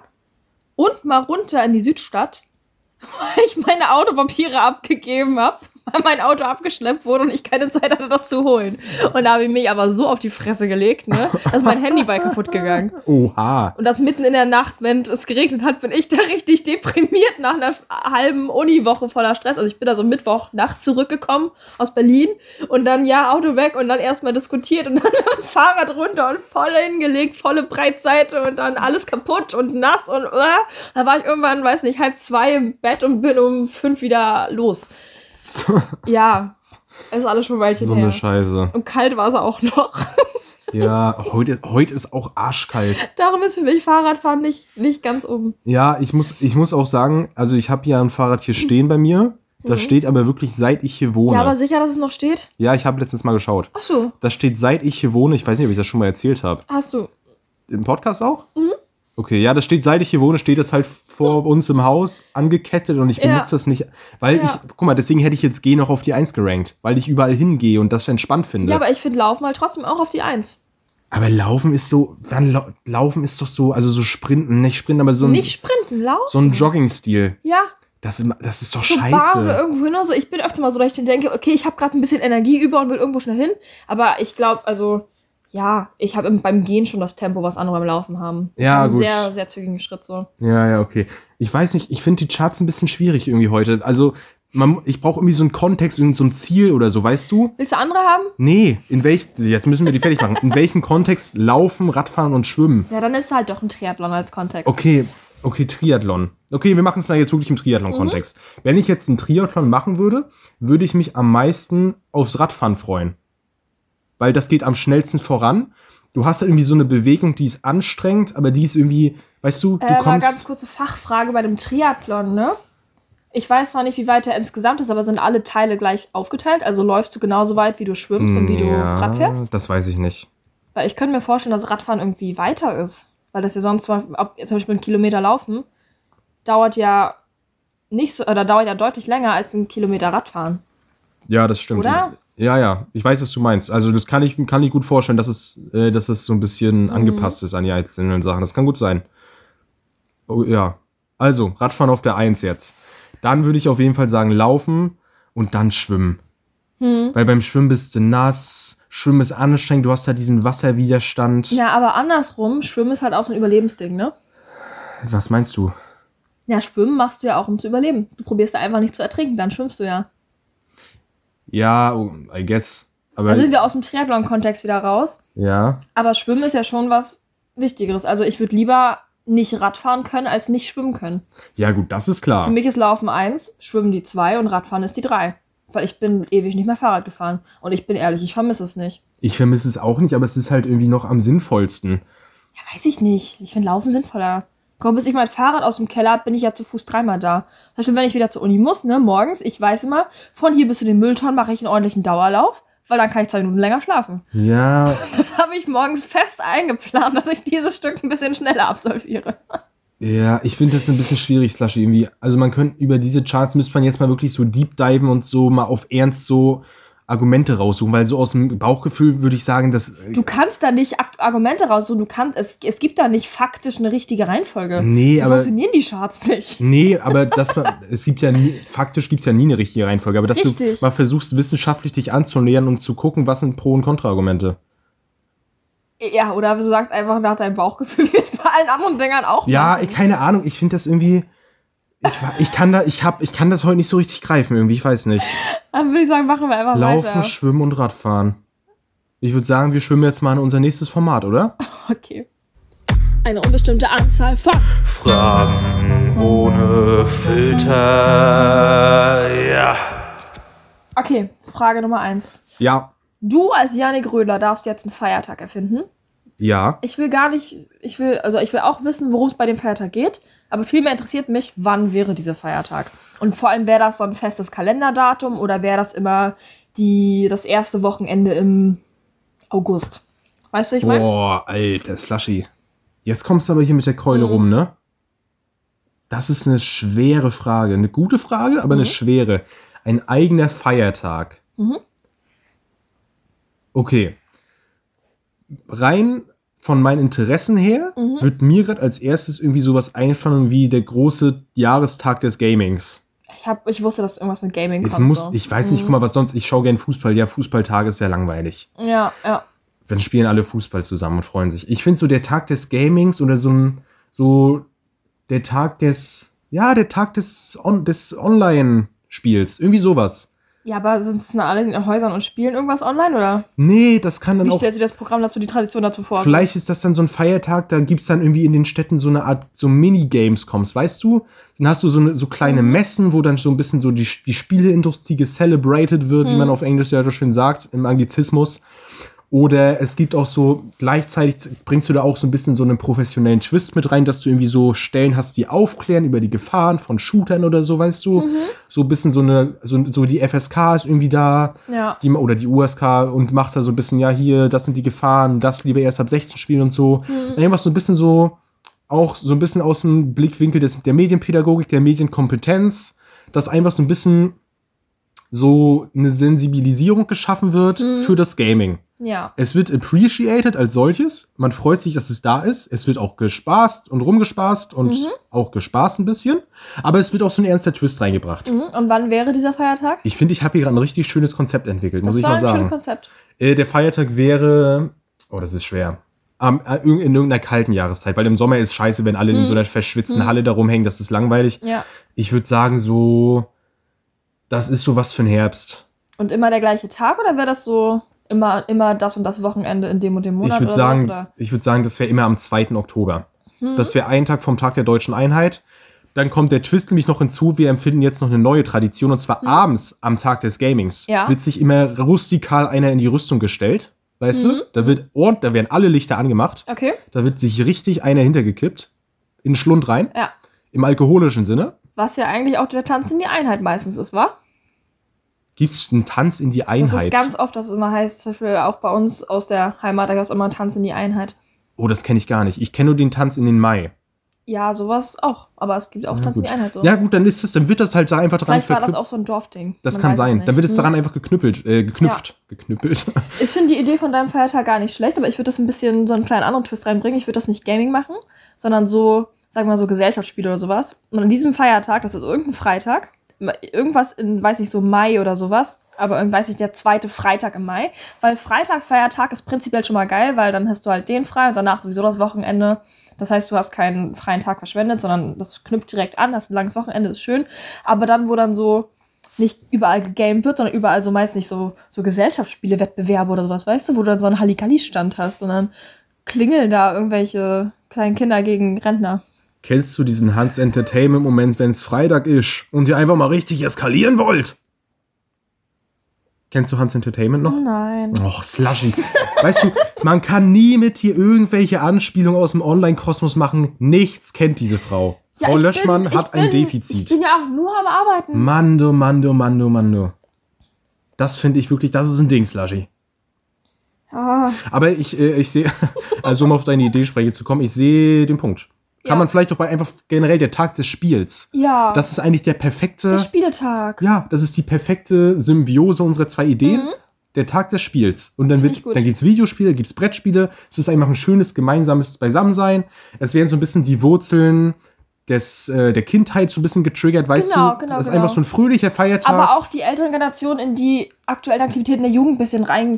B: und mal runter in die Südstadt, weil ich meine Autopapiere abgegeben habe, weil mein Auto abgeschleppt wurde und ich keine Zeit hatte, das zu holen. Und da habe ich mich aber so auf die Fresse gelegt, ne, dass mein Handy bei kaputt gegangen.
A: Oha.
B: Und das mitten in der Nacht, wenn es geregnet hat, bin ich da richtig deprimiert nach einer halben Uniwoche voller Stress. Also ich bin da so Mittwochnacht zurückgekommen aus Berlin und dann ja, Auto weg und dann erstmal diskutiert und dann am Fahrrad runter und voll hingelegt, volle Breitseite und dann alles kaputt und nass und äh. da war ich irgendwann, weiß nicht, halb zwei im Bett und bin um fünf wieder los.
A: So
B: Ja, ist alles schon ein Weilchen
A: eine
B: her.
A: Scheiße.
B: Und kalt war es auch noch.
A: Ja, heute, heute ist auch arschkalt.
B: Darum ist für mich Fahrradfahren nicht, nicht ganz um. oben.
A: Ja, ich muss, ich muss auch sagen, also ich habe ja ein Fahrrad hier stehen bei mir. Das steht aber wirklich seit ich hier wohne.
B: Mhm. Ja, aber
A: Ja,
B: sicher, dass es noch steht?
A: ich habe letztens mal geschaut.
B: Ach so,
A: Das steht seit ich hier wohne. Ich weiß nicht, ob ich das schon mal erzählt habe.
B: Hast du.
A: Im Podcast auch?
B: Mhm.
A: Okay, ja, das steht, seit ich hier wohne, steht das halt vor uns im Haus angekettet und ich
B: Ja.
A: benutze das nicht. Weil
B: Ja.
A: ich, guck mal, deswegen hätte ich jetzt G noch auf die 1 gerankt, weil ich überall hingehe und das entspannt finde.
B: Ja,
A: aber,
B: aber ich finde Laufen halt trotzdem auch auf die Eins.
A: Laufen ist so, wann lau- Laufen ist doch so, also so Sprinten, nicht Sprinten, aber so ein,
B: Nicht sprinten, laufen.
A: so ein Jogging-Stil.
B: ja,
A: Das, ist- das ist doch
B: zur Bar oder
A: scheiße.
B: irgendwo hin oder so. Ich bin öfter mal so, dass ich dann denke, okay, ich habe gerade ein bisschen Energie über und will irgendwo schnell hin. Aber ich glaube, also, ja, ich habe beim Gehen schon das Tempo, was andere beim Laufen haben. Ich
A: Ja,
B: hab einen
A: gut.
B: Sehr, sehr zügigen Schritt so.
A: Ja, ja, okay. Ich weiß nicht, ich finde die Charts ein bisschen schwierig irgendwie heute. Also, man, ich brauche irgendwie so einen Kontext, irgend so ein Ziel oder so, weißt du?
B: Willst du andere haben?
A: Nee, in welch, jetzt müssen wir die fertig machen. In welchem Kontext laufen, Radfahren und Schwimmen?
B: Ja, dann nimmst du halt doch einen Triathlon als Kontext.
A: Okay, okay, Triathlon. Okay, wir machen es mal jetzt wirklich im Triathlon-Kontext.
B: Mhm.
A: Wenn ich jetzt einen Triathlon machen würde, würde ich mich am meisten aufs Radfahren freuen. Weil das geht am schnellsten voran. Du hast halt irgendwie so eine Bewegung, die ist anstrengend, aber die ist irgendwie, weißt du, du
B: äh, mal
A: kommst.
B: ganz kurze Fachfrage bei dem Triathlon, ne? Ich weiß zwar nicht, wie weit er insgesamt ist, aber sind alle Teile gleich aufgeteilt? Also läufst du genauso weit, wie du schwimmst und wie du
A: Hm, Ja,
B: Rad fährst?
A: Das weiß ich nicht.
B: Weil ich könnte mir vorstellen, dass Radfahren irgendwie weiter ist. Weil das ja sonst, zum Beispiel- ob, zum Beispiel einen Kilometer laufen, dauert ja nicht so, oder dauert ja deutlich länger als ein Kilometer Radfahren.
A: Ja, das stimmt.
B: Oder?
A: Ja, ja, ich weiß, was du meinst. Also das kann ich, kann ich gut vorstellen, dass es, äh, dass es so ein bisschen
B: Mhm.
A: angepasst ist an die einzelnen Sachen. Das kann gut sein. Oh, ja. Also, Radfahren auf der Eins jetzt. Dann würde ich auf jeden Fall sagen, laufen und dann schwimmen.
B: Hm.
A: Weil beim Schwimmen bist du nass, Schwimmen ist anstrengend, du hast halt diesen Wasserwiderstand.
B: Ja, aber andersrum, Schwimmen ist halt auch so ein Überlebensding, ne?
A: Was meinst du?
B: Ja, Schwimmen machst du ja auch, um zu überleben. Du probierst da einfach nicht zu ertrinken, dann schwimmst du ja.
A: Ja, oh, I guess. Aber
B: Da sind Also wir aus dem Triathlon-Kontext wieder raus.
A: ja.
B: Aber Schwimmen ist ja schon was Wichtigeres. Also ich würde lieber nicht Radfahren können, als nicht schwimmen können.
A: Ja, gut, das ist klar.
B: Für mich ist Laufen eins, Schwimmen die zwei und Radfahren ist die drei. Weil ich bin ewig nicht mehr Fahrrad gefahren. Und ich bin ehrlich, ich vermisse es nicht.
A: Ich vermisse es auch nicht, aber es ist halt irgendwie noch am sinnvollsten.
B: Ja, weiß ich nicht. Ich finde Laufen sinnvoller. Komm, bis ich mein Fahrrad aus dem Keller hab, bin ich ja zu Fuß dreimal da. Zum Beispiel, wenn ich wieder zur Uni muss, ne, morgens, ich weiß immer, von hier bis zu den Mülltonnen mache ich einen ordentlichen Dauerlauf, weil dann kann ich zwei Minuten länger schlafen.
A: Ja,
B: Das habe ich morgens fest eingeplant, dass ich dieses Stück ein bisschen schneller absolviere.
A: Ja, ich finde das ein bisschen schwierig, Slushy, irgendwie. Also man könnte über diese Charts müsste man jetzt mal wirklich so deep diven und so mal auf Ernst so Argumente raussuchen, weil so aus dem Bauchgefühl würde ich sagen, dass.
B: Du kannst da nicht Ak- Argumente raussuchen, du kannst, es, es gibt da nicht faktisch eine richtige Reihenfolge.
A: Nee,
B: so
A: aber-
B: funktionieren die Charts nicht.
A: Nee, aber dass man, es gibt ja nie, faktisch gibt's ja nie eine richtige Reihenfolge, aber dass
B: Richtig.
A: du mal versuchst, wissenschaftlich dich anzunähern und zu gucken, was sind Pro- und Kontra-Argumente.
B: Ja, oder du sagst einfach nach deinem Bauchgefühl, wie es bei allen anderen Dingern auch
A: Ja,
B: machen.
A: ich, keine Ahnung, ich finde das irgendwie. Ich, wa- ich kann da, ich hab, ich kann das heute nicht so richtig greifen, irgendwie, ich weiß nicht.
B: Dann würde ich sagen, machen wir einfach
A: Laufen,
B: weiter.
A: Schwimmen und Radfahren. Ich würde sagen, wir schwimmen jetzt mal in unser nächstes Format, oder?
B: Okay. Eine unbestimmte Anzahl von.
C: Fragen ohne Filter. Ja.
B: Okay, Frage Nummer eins.
A: Ja,
B: Du als Janik Röhler darfst jetzt einen Feiertag erfinden.
A: ja.
B: Ich will gar nicht, ich will, also ich will auch wissen, worum es bei dem Feiertag geht, aber vielmehr interessiert mich, wann wäre dieser Feiertag? Und vor allem, wäre das so ein festes Kalenderdatum oder wäre das immer die, das erste Wochenende im August? Weißt du, ich meine?
A: Boah, alter Slushy. Jetzt kommst du aber hier mit der Keule rum, ne? Das ist eine schwere Frage. Eine gute Frage, aber eine schwere. Ein eigener Feiertag. Okay. Rein von meinen Interessen her wird mir gerade als erstes irgendwie sowas einfallen wie der große Jahrestag des Gamings.
B: Ich, hab, ich wusste, dass irgendwas mit Gaming
A: Es
B: kommt.
A: muss,
B: so. Mhm.
A: ich weiß nicht, guck mal, was sonst. Ich schaue gern Fußball. Ja, Fußballtag ist ja langweilig.
B: ja, ja.
A: dann spielen alle Fußball zusammen und freuen sich. Ich finde so der Tag des Gamings oder so ein, so der Tag des, ja, der Tag des, on, des Online-Spiels. Irgendwie sowas.
B: Ja, aber sind es denn alle in den Häusern und spielen irgendwas online oder?
A: Nee, das kann dann
B: Wie
A: auch.
B: stellst du das Programm, dass du die Tradition dazu vor?
A: Vielleicht ist das dann so ein Feiertag, da gibt es dann irgendwie in den Städten so eine Art so Minigames kommst, weißt du? Dann hast du so, eine, so kleine Messen, wo dann so ein bisschen so die, die Spieleindustrie gecelebrated wird, wie man auf Englisch ja so schön sagt, im Anglizismus. Oder es gibt auch so, gleichzeitig bringst du da auch so ein bisschen so einen professionellen Twist mit rein, dass du irgendwie so Stellen hast, die aufklären über die Gefahren von Shootern oder so, weißt du? So ein bisschen so eine, so, so die FSK ist irgendwie da
B: Ja.
A: die, oder die USK und macht da so ein bisschen, ja, hier, das sind die Gefahren, das lieber erst ab 16 spielen und so.
B: Mhm.
A: Irgendwas so ein bisschen so, auch so ein bisschen aus dem Blickwinkel des, der Medienpädagogik, der Medienkompetenz, dass einfach so ein bisschen so eine Sensibilisierung geschaffen wird
B: Mhm.
A: für das Gaming.
B: Ja.
A: Es wird appreciated als solches. Man freut sich, dass es da ist. Es wird auch gespaßt und rumgespaßt und
B: Mhm.
A: auch gespaßt ein bisschen. Aber es wird auch so ein ernster Twist reingebracht.
B: Mhm. Und wann wäre dieser Feiertag?
A: Ich finde, ich habe hier gerade ein richtig schönes Konzept entwickelt, muss
B: das
A: ich
B: war
A: mal
B: ein schönes
A: sagen.
B: Konzept.
A: Äh, der Feiertag wäre. Oh, das ist schwer. Am, äh, irg- in irgendeiner kalten Jahreszeit, weil im Sommer ist scheiße, wenn
B: Hm.
A: alle in so einer verschwitzten Halle da rumhängen, das ist langweilig.
B: Ja.
A: Ich würde sagen, so Das ist sowas für den Herbst.
B: Und immer der gleiche Tag oder wäre das so immer, immer das und das Wochenende in dem und dem Monat
A: ich würde
B: oder was?
A: sagen,
B: Oder?
A: ich würde sagen, das wäre immer am 2. Oktober.
B: Hm.
A: Das wäre ein Tag vom Tag der deutschen Einheit. Dann kommt der Twist nämlich noch hinzu, wir empfinden jetzt noch eine neue Tradition, und zwar abends am Tag des Gamings
B: Hm. Ja.
A: wird sich immer rustikal einer in die Rüstung gestellt. Weißt
B: Mhm.
A: du? Da wird und da werden alle Lichter angemacht.
B: Okay,
A: Da wird sich richtig einer hintergekippt. In den Schlund rein.
B: ja.
A: Im alkoholischen Sinne.
B: Was ja eigentlich auch der Tanz in die Einheit meistens ist, wa?
A: Gibt es einen Tanz in die
B: Das
A: Einheit.
B: ist ganz oft, dass es immer heißt, zum Beispiel auch bei uns aus der Heimat, da gab es immer einen Tanz in die Einheit.
A: oh, das kenne ich gar nicht. Ich kenne nur den Tanz in den Mai.
B: Ja, sowas auch. Aber es gibt auch
A: Ja,
B: Tanz in
A: gut.
B: die Einheit so.
A: Ja, gut, dann ist es, dann wird das halt da einfach dran
B: Vielleicht war das
A: verknüpft.
B: auch so ein Dorfding.
A: Das
B: Man
A: kann
B: weiß es
A: sein.
B: nicht.
A: Dann wird es
B: Hm.
A: daran einfach geknüppelt, äh, geknüpft. Geknüppelt.
B: Ich finde die Idee von deinem Feiertag gar nicht schlecht, aber ich würde das ein bisschen so einen kleinen anderen Twist reinbringen. Ich würde das nicht Gaming machen, sondern so, sagen wir mal so Gesellschaftsspiele oder sowas. Und an diesem Feiertag, das ist irgendein Freitag, irgendwas in, weiß nicht, so Mai oder sowas, aber irgendwie, weiß nicht, der zweite Freitag im Mai, weil Freitag, Feiertag ist prinzipiell schon mal geil, weil dann hast du halt den frei und danach sowieso das Wochenende. Das heißt, du hast keinen freien Tag verschwendet, sondern das knüpft direkt an, hast ein langes Wochenende, ist schön. Aber dann, wo dann so nicht überall gegamed wird, sondern überall so meist nicht so, so Gesellschaftsspiele, Wettbewerbe oder sowas, weißt du, wo du dann so einen Halligalli-Stand hast und dann klingeln da irgendwelche kleinen Kinder gegen Rentner.
A: Kennst du diesen Hans Entertainment-Moment, wenn es Freitag ist und ihr einfach mal richtig eskalieren wollt? Kennst du Hans Entertainment noch?
B: Nein.
A: Och, Slushy. Weißt du, man kann nie mit dir irgendwelche Anspielungen aus dem Online-Kosmos machen. Nichts kennt diese Frau.
B: Ja,
A: Frau
B: ich
A: Löschmann
B: bin-
A: hat
B: ich
A: ein
B: bin- Ich
A: Defizit. oh
B: bin ja auch nur am Arbeiten.
A: Mando, Mando, Mando, Mando. oh. Das finde ich wirklich, das ist ein Ding, Slushy.
B: Ah,
A: Aber ich, äh, ich sehe, also um auf deine Idee spreche zu kommen, ich sehe den Punkt. Kann
B: Ja.
A: man vielleicht doch bei einfach generell der Tag des Spiels.
B: ja,
A: Das ist eigentlich der perfekte.
B: der Spieletag.
A: Ja, das ist die perfekte Symbiose unserer zwei Ideen. Der Tag des Spiels. Und dann,
B: Mhm. Finde
A: wird,
B: ich gut.
A: dann gibt's Videospiele, gibt's Brettspiele. Es ist einfach ein schönes gemeinsames Beisammensein. Es werden so ein bisschen die Wurzeln des, äh, der Kindheit so ein bisschen getriggert, weißt
B: Genau,
A: du?
B: genau,
A: das ist
B: genau.
A: einfach so ein fröhlicher Feiertag.
B: Aber auch die älteren Generationen in die aktuellen Aktivitäten der Jugend ein bisschen rein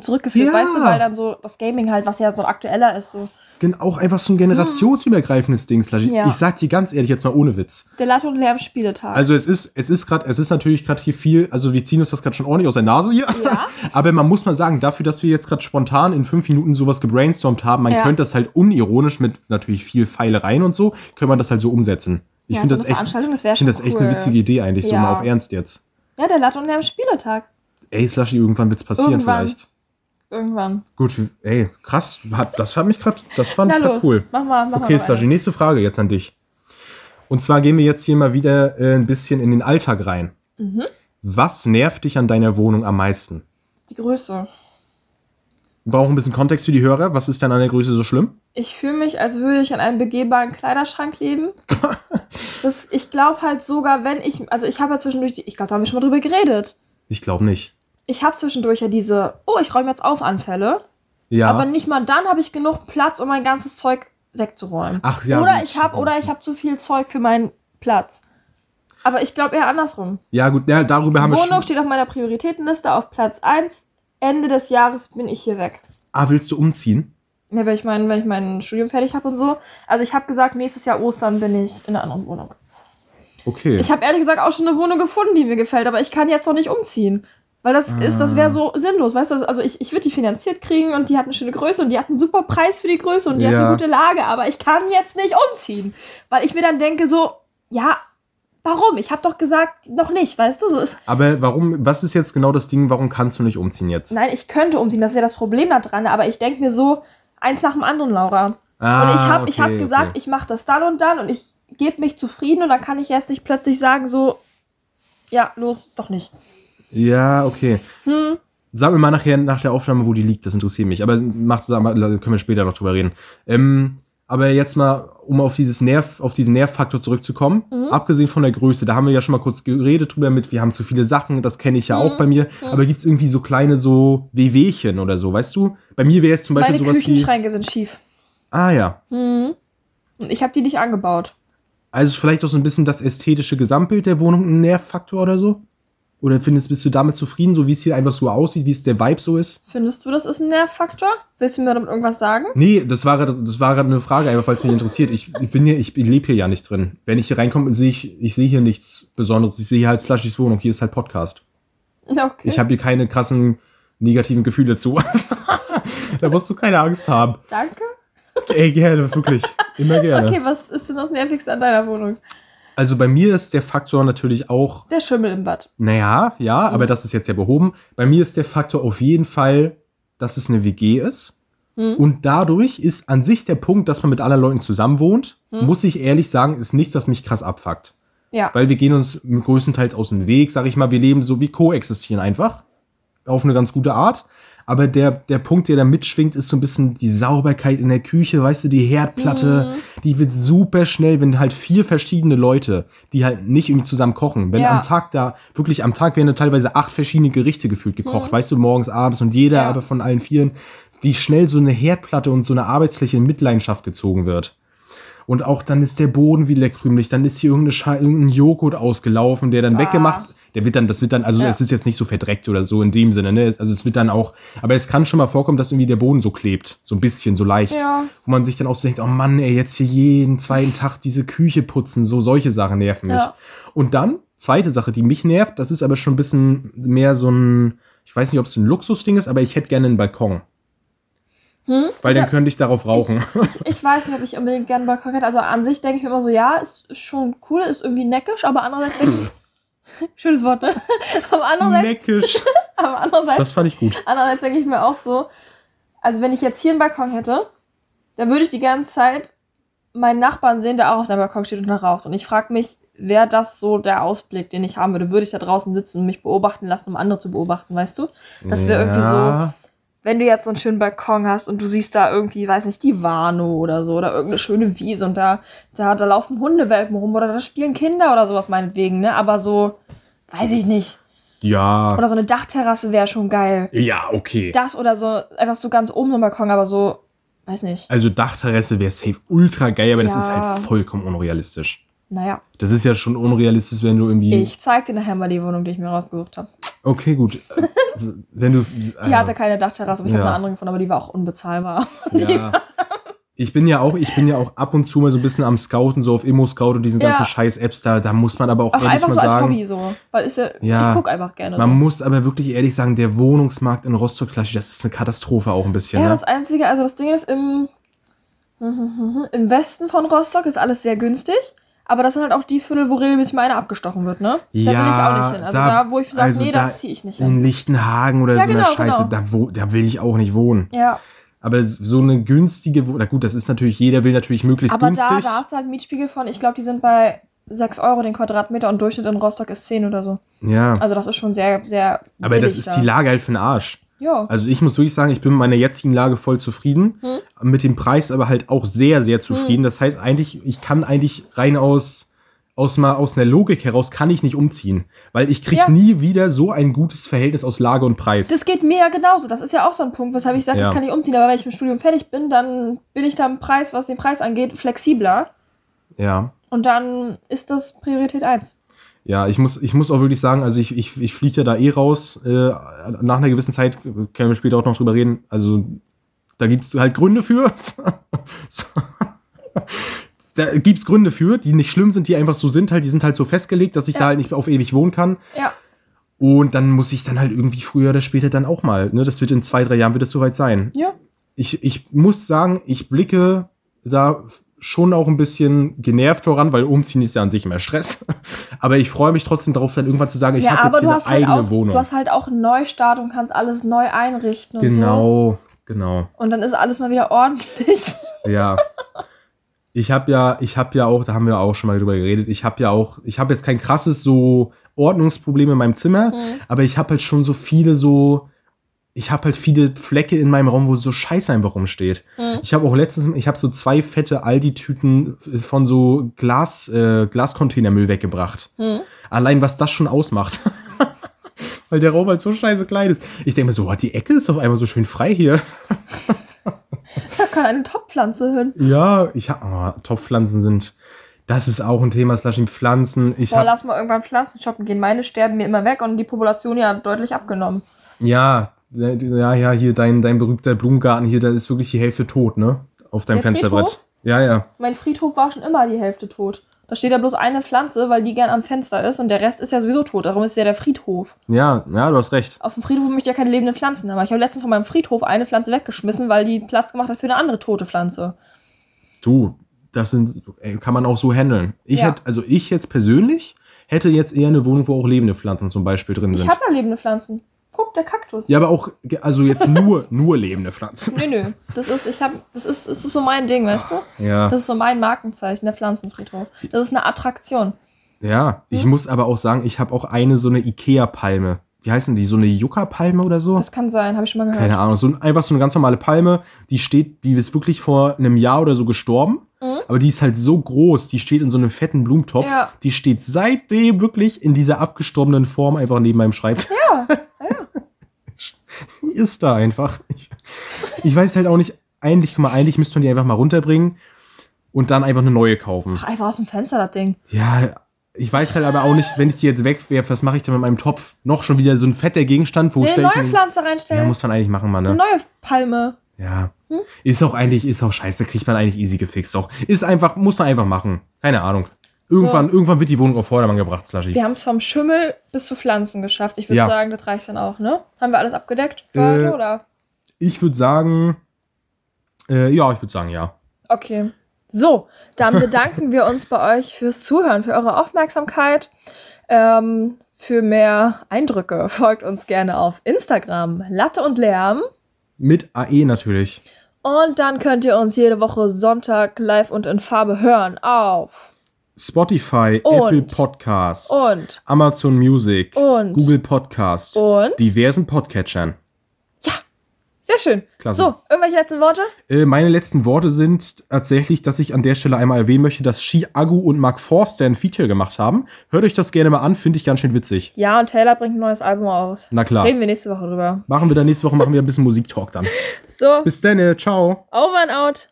A: Ja.
B: zurückgeführt, weißt du, weil dann so das Gaming halt, was ja so aktueller ist, so.
A: Gen- auch einfach so ein generationsübergreifendes Ding. Slashi.
B: Ja.
A: Ich sag dir ganz ehrlich jetzt mal ohne Witz.
B: Der Latte- und Lärm-Spieletag.
A: Also es ist, es ist gerade, es ist natürlich gerade hier viel, also wir ziehen uns das gerade schon ordentlich aus der Nase hier.
B: Ja.
A: Aber man muss mal sagen, dafür, dass wir jetzt gerade spontan in fünf Minuten sowas gebrainstormt haben, man
B: Ja.
A: könnte das halt unironisch mit natürlich viel Pfeilereien und so, können wir das halt so umsetzen. Ich
B: Ja,
A: finde
B: so
A: das
B: eine
A: echt,
B: Veranstaltung, das wär
A: ich finde
B: schon
A: das echt eine
B: cool.
A: witzige Idee eigentlich, so
B: Ja.
A: mal auf Ernst jetzt.
B: ja, der Latte- und Lärm-Spieletag.
A: Ey, Slushy, irgendwann wird's passieren
B: Irgendwann.
A: vielleicht.
B: Irgendwann.
A: Gut, wie- ey, krass, hat- das fand mich gerade, das fand
B: Na
A: ich grad
B: los,
A: cool.
B: mach mal, mach mal.
A: Okay,
B: noch eine.
A: Slushy, nächste Frage jetzt an dich. Und zwar gehen wir jetzt hier mal wieder äh, ein bisschen in den Alltag rein.
B: Mhm.
A: Was nervt dich an deiner Wohnung am meisten?
B: Die Größe.
A: Wir brauchen ein bisschen Kontext für die Hörer. Was ist denn an der Größe so schlimm?
B: Ich fühle mich, als würde ich an einem begehbaren Kleiderschrank leben. das, ich glaube halt sogar, wenn ich, also ich habe ja zwischendurch, die- ich glaube, da haben wir schon mal drüber geredet.
A: Ich glaube nicht.
B: Ich habe zwischendurch ja diese, oh, ich räume jetzt auf Anfälle.
A: Ja.
B: Aber nicht mal dann habe ich genug Platz, um mein ganzes Zeug wegzuräumen.
A: Ach ja,
B: Oder
A: gut.
B: ich habe, oder ich habe zu viel Zeug für meinen Platz. Aber ich glaube eher andersrum.
A: ja, gut, ja, darüber haben wir
B: Wohnung
A: schon.
B: steht auf meiner Prioritätenliste auf Platz 1. Ende des Jahres bin ich hier weg.
A: Ah, willst du umziehen?
B: Ja, wenn ich mein, wenn ich mein Studium fertig habe und so. Also ich habe gesagt, nächstes Jahr Ostern bin ich in einer anderen Wohnung.
A: Okay.
B: Ich habe ehrlich gesagt auch schon eine Wohnung gefunden, die mir gefällt, aber ich kann jetzt noch nicht umziehen. Weil das ist, das wäre so sinnlos, weißt du? Also ich, ich würde die finanziert kriegen und die hat eine schöne Größe und die hat einen super Preis für die Größe und die hat
A: Ja.
B: eine gute Lage, aber ich kann jetzt nicht umziehen. Weil ich mir dann denke so, ja, warum? Ich habe doch gesagt, noch nicht, weißt du? So ist,
A: aber warum, was ist jetzt genau das Ding, warum kannst du nicht umziehen jetzt?
B: nein, ich könnte umziehen, das ist ja das Problem da dran, aber ich denke mir so, eins nach dem anderen, Laura.
A: Ah,
B: und ich habe ich hab
A: okay,
B: gesagt,
A: okay.
B: ich mache das dann und dann und ich gebe mich zufrieden und dann kann ich erst nicht plötzlich sagen, so, ja, los, doch nicht.
A: Ja, okay.
B: Hm,
A: Sag mir mal nachher nach der Aufnahme, wo die liegt, das interessiert mich. Aber macht sag mal, können wir später noch drüber reden. Ähm, aber jetzt mal, um auf dieses Nerv, auf diesen Nervfaktor zurückzukommen,
B: Mhm.
A: abgesehen von der Größe, da haben wir ja schon mal kurz geredet drüber mit, wir haben zu viele Sachen, das kenne ich ja
B: Mhm.
A: auch bei mir. Aber gibt es irgendwie so kleine so Wehwehchen oder so, weißt du? Bei mir wäre jetzt zum Beispiel
B: meine
A: sowas wie.
B: Küchenschränke sind schief.
A: Ah ja.
B: Hm. Und ich habe die nicht angebaut.
A: Also ist vielleicht auch so ein bisschen das ästhetische Gesamtbild der Wohnung ein Nervfaktor oder so? Oder findest, bist du damit zufrieden, so wie es hier einfach so aussieht, wie es der Vibe so ist?
B: Findest du, das ist ein Nervfaktor? Willst du mir damit irgendwas sagen?
A: Nee, das war, das war eine Frage, einfach falls mich interessiert. Ich, ich bin hier, ich lebe hier ja nicht drin. Wenn ich hier reinkomme, sehe ich, ich sehe hier nichts Besonderes. Ich sehe hier halt Slashys Wohnung, hier ist halt Podcast.
B: Okay.
A: Ich habe hier keine krassen negativen Gefühle zu. da musst du keine Angst haben.
B: Danke.
A: Ey, gerne, wirklich. Immer gerne.
B: Okay, was ist denn das Nervigste an deiner Wohnung?
A: Also bei mir ist der Faktor natürlich auch,
B: Der Schimmel im Bad.
A: naja, ja, aber das ist jetzt ja behoben. Bei mir ist der Faktor auf jeden Fall, dass es eine WG ist.
B: Hm?
A: Und dadurch ist an sich der Punkt, dass man mit anderen Leuten zusammen wohnt,
B: Hm.
A: muss ich ehrlich sagen, ist nichts, was mich krass abfuckt.
B: ja.
A: Weil wir gehen uns größtenteils aus dem Weg, sag ich mal, wir leben so, wir koexistieren einfach. Auf eine ganz gute Art. Aber der, der Punkt, der da mitschwingt, ist so ein bisschen die Sauberkeit in der Küche, weißt du, die Herdplatte,
B: Mhm.
A: die wird super schnell, wenn halt vier verschiedene Leute, die halt nicht irgendwie zusammen kochen, wenn
B: Ja.
A: am Tag da, wirklich am Tag werden da teilweise acht verschiedene Gerichte gefühlt gekocht, weißt du, morgens, abends und jeder,
B: Mhm. Ja.
A: aber von allen vieren, wie schnell so eine Herdplatte und so eine Arbeitsfläche in Mitleidenschaft gezogen wird. Und auch dann ist der Boden wieder krümelig, dann ist hier irgendeine Scha irgendein Joghurt ausgelaufen, der dann weggemacht. Der wird dann, das wird dann, also
B: Ah. Ja.
A: es ist jetzt nicht so verdreckt oder so in dem Sinne, ne? Es- Also es wird dann auch, aber es kann schon mal vorkommen, dass irgendwie der Boden so klebt, so ein bisschen, so leicht.
B: Ja.
A: Wo man sich dann auch so denkt, oh Mann, ey, jetzt hier jeden zweiten Tag diese Küche putzen, so solche Sachen nerven mich.
B: Ja.
A: Und dann, zweite Sache, die mich nervt, das ist aber schon ein bisschen mehr so ein, ich weiß nicht, ob es ein Luxusding ist, aber ich hätte gerne einen Balkon.
B: Hm?
A: Weil
B: Ja.
A: dann könnte ich darauf rauchen.
B: Ich, ich weiß nicht, ob ich unbedingt gerne einen Balkon hätte. Also an sich denke ich mir immer so, ja, ist schon cool, ist irgendwie neckisch, aber andererseits denke ich... Schönes Wort, ne? Aber andererseits,
A: Neckisch.
B: aber andererseits
A: Das fand ich gut.
B: Andererseits denke ich mir auch so, also wenn ich jetzt hier einen Balkon hätte, dann würde ich die ganze Zeit meinen Nachbarn sehen, der auch auf seinem Balkon steht und da raucht. Und ich frage mich, wäre das so der Ausblick, den ich haben würde? Würde ich da draußen sitzen und mich beobachten lassen, um andere zu beobachten, weißt du? Das wäre irgendwie so, wenn du jetzt so einen schönen Balkon hast und du siehst da irgendwie, weiß nicht, die Warnow oder so oder irgendeine schöne Wiese und da, da, da laufen Hundewelpen rum oder da spielen Kinder oder sowas meinetwegen, ne? Aber so, weiß ich nicht.
A: Ja.
B: Oder so eine Dachterrasse wäre schon geil
A: Ja, okay.
B: das oder so, einfach so ganz oben im Balkon, aber so, weiß nicht.
A: Also Dachterrasse wäre safe ultra geil, aber das
B: Ja.
A: ist halt vollkommen unrealistisch.
B: Naja,
A: Das ist ja schon unrealistisch, wenn du irgendwie.
B: ich zeig dir nachher mal die Wohnung, die ich mir rausgesucht habe.
A: Okay, gut. Also, wenn du.
B: Die hatte keine Dachterrasse, aber ich hab
A: Ja.
B: habe eine andere gefunden, aber die war auch unbezahlbar.
A: Ah, ja. Ich bin ja auch, ich bin ja auch ab und zu mal so ein bisschen am Scouten, so auf Emo-Scout und diesen
B: Ja.
A: ganzen Scheiß-Apps da. Da muss man aber auch,
B: Auch
A: ehrlich
B: einfach
A: mal
B: so als
A: sagen.
B: Hobby so. Weil ist ja,
A: Ja.
B: ich guck einfach gerne.
A: Man
B: so. ne?
A: muss aber wirklich ehrlich sagen, der Wohnungsmarkt in rostock das ist eine Katastrophe auch ein bisschen.
B: Ja,
A: ne?
B: das Einzige, also das Ding ist, im, im Westen von Rostock ist alles sehr günstig. Aber das sind halt auch die Viertel, wo regelmäßig mal einer abgestochen wird, ne? Da will ich auch nicht hin. Also da, wo ich sage,
A: also
B: nee, da ziehe ich nicht hin.
A: In Lichtenhagen oder
B: Ja,
A: so
B: genau,
A: eine Scheiße,
B: genau.
A: da, wo, da will ich auch nicht wohnen.
B: Ja,
A: Aber so eine günstige, Wo- na gut, das ist natürlich, jeder will natürlich möglichst
B: aber
A: günstig.
B: da, da hast du halt einen Mietspiegel von, ich glaube, die sind bei 6 Euro den Quadratmeter und Durchschnitt in Rostock ist 10 oder so.
A: ja,
B: Also das ist schon sehr, sehr.
A: aber das ist die Lage halt für den Arsch.
B: Ja.
A: Also ich muss wirklich sagen, ich bin mit meiner jetzigen Lage voll zufrieden.
B: Hm.
A: Mit dem Preis aber halt auch sehr, sehr zufrieden. Das heißt eigentlich, ich kann eigentlich rein aus, aus, mal, aus einer Logik heraus, kann ich nicht umziehen. Weil ich krieg
B: Ja.
A: nie wieder so ein gutes Verhältnis aus Lage und Preis.
B: Das geht mir ja genauso. Das ist ja auch so ein Punkt, weshalb ich sage,
A: Ja.
B: ich kann nicht umziehen. Aber wenn ich mit dem Studium fertig bin, dann bin ich da im Preis, was den Preis angeht, flexibler.
A: ja.
B: Und dann ist das Priorität 1.
A: Ja, ich muss, ich muss auch wirklich sagen, also ich, ich, ich fliege ja da eh raus. Äh, nach einer gewissen Zeit können wir später auch noch drüber reden. Also da gibt's halt Gründe für. So. da gibt's Gründe für, die nicht schlimm sind, die einfach so sind, halt, die sind halt so festgelegt, dass ich
B: Ja.
A: da halt nicht auf ewig wohnen kann.
B: Ja.
A: Und dann muss ich dann halt irgendwie früher oder später dann auch mal. Ne? Das wird in zwei, drei Jahren wird es soweit sein.
B: Ja.
A: Ich, ich muss sagen, ich blicke da schon auch ein bisschen genervt voran, weil umziehen ist ja an sich immer Stress. Aber ich freue mich trotzdem darauf, dann irgendwann zu sagen, ich
B: ja,
A: habe jetzt
B: aber
A: hier
B: du
A: eine
B: hast, halt
A: eigene
B: auch,
A: Wohnung.
B: du hast halt auch einen Neustart und kannst alles neu einrichten und so.
A: genau, genau.
B: Und dann ist alles mal wieder ordentlich.
A: Ja. Ich habe ja, ich habe ja auch, da haben wir auch schon mal drüber geredet. Ich habe ja auch, ich habe jetzt kein krasses so Ordnungsproblem in meinem Zimmer, aber ich habe halt schon so viele so, ich habe halt viele Flecke in meinem Raum, wo so Scheiße einfach rumsteht. Ich habe auch letztens, ich habe so zwei fette Aldi-Tüten von so Glas, äh, Glascontainermüll weggebracht. Allein was das schon ausmacht. Weil der Raum halt so scheiße klein ist. Ich denke mir so, oh, die Ecke ist auf einmal so schön frei hier.
B: Da kann eine Top-Pflanze hin.
A: Ja, ich hab. Oh, Topfpflanzen sind. Das ist auch ein Thema, Slashing Pflanzen. Ich
B: Boah,
A: hab,
B: lass mal irgendwann Pflanzen shoppen gehen. Meine sterben mir immer weg und die Population ja hat deutlich abgenommen.
A: ja, ja, ja, hier dein, dein berühmter Blumengarten hier, da ist wirklich die Hälfte tot, ne? Auf deinem
B: Der
A: Fensterbrett.
B: Friedhof?
A: Ja, ja.
B: Mein Friedhof war schon immer die Hälfte tot. Da steht ja bloß eine Pflanze, weil die gern am Fenster ist und der Rest ist ja sowieso tot. Darum ist ja der Friedhof.
A: Ja, ja, du hast recht.
B: Auf dem Friedhof möchte ich ja keine lebenden Pflanzen haben. Aber ich habe letztens von meinem Friedhof eine Pflanze weggeschmissen, weil die Platz gemacht hat für eine andere tote Pflanze.
A: Du, das sind, ey, kann man auch so handeln. Ich
B: Ja.
A: hätte, also ich jetzt persönlich hätte jetzt eher eine Wohnung, wo auch lebende Pflanzen zum Beispiel drin
B: Ich
A: sind.
B: habe ja lebende Pflanzen. Guck, der Kaktus.
A: Ja, aber auch, ge- also jetzt nur, nur lebende Pflanzen.
B: Nö, nö. Das ist, ich hab, das ist, das ist so mein Ding, weißt du?
A: Ja.
B: Das ist so mein Markenzeichen, der Pflanzenfriedhof. Das ist eine Attraktion.
A: Ja, ich muss aber auch sagen, ich habe auch eine so eine Ikea-Palme. Wie heißen die? So eine Yucca-Palme oder so?
B: Das kann sein, habe ich schon mal gehört.
A: Keine Ahnung. So ein, einfach so eine ganz normale Palme, die steht, die ist wirklich vor einem Jahr oder so gestorben.
B: Mhm.
A: Aber die ist halt so groß, die steht in so einem fetten Blumentopf.
B: Ja.
A: Die steht seitdem wirklich in dieser abgestorbenen Form einfach neben meinem Schreibtisch.
B: Ja,
A: Die ist da einfach. Ich, ich weiß halt auch nicht, eigentlich, guck mal, eigentlich müsste man die einfach mal runterbringen und dann einfach eine neue kaufen.
B: Ach, einfach aus dem Fenster das Ding.
A: Ja, ich weiß halt aber auch nicht, wenn ich die jetzt wegwerfe, was mache ich denn mit meinem Topf? Noch schon wieder so ein fetter Gegenstand, wo
B: Nee,
A: stelle ich
B: eine neue
A: ihn-
B: Pflanze
A: Ja,
B: reinstellen.
A: muss man eigentlich machen, Mann.
B: eine
A: Ne?
B: neue Palme.
A: Ja.
B: Hm?
A: Ist auch eigentlich, ist auch scheiße, kriegt man eigentlich easy gefixt. Auch. Ist einfach, muss man einfach machen. Keine Ahnung. Irgendwann, irgendwann wird die Wohnung auf Vordermann gebracht, Slushy.
B: Wir haben es vom Schimmel bis zu Pflanzen geschafft. Ich würde
A: Ja.
B: sagen, das reicht dann auch, ne? Haben wir alles abgedeckt? Für heute,
A: Äh.
B: oder?
A: Ich würde sagen, äh, ja, ich würde sagen, ja.
B: Okay. So, dann bedanken wir uns bei euch fürs Zuhören, für eure Aufmerksamkeit. Ähm, für mehr Eindrücke folgt uns gerne auf Instagram, Latte und Lärm.
A: Mit AE natürlich.
B: Und dann könnt ihr uns jede Woche Sonntag live und in Farbe hören auf
A: Spotify,
B: Und-
A: Apple Podcast,
B: und
A: Amazon Music,
B: Und-
A: Google Podcast,
B: und
A: diversen Podcatchern.
B: sehr schön.
A: Klasse.
B: So, irgendwelche letzten Worte?
A: Äh, meine letzten Worte sind tatsächlich, dass ich an der Stelle einmal erwähnen möchte, dass Shi Agu und Mark Forster ein Feature gemacht haben. Hört euch das gerne mal an, finde ich ganz schön witzig.
B: Ja, und Taylor bringt ein neues Album aus.
A: Na klar.
B: Reden wir nächste Woche drüber.
A: Machen wir dann nächste Woche machen wir ein bisschen Musiktalk dann.
B: So,
A: Bis dann, äh, ciao.
B: over and out.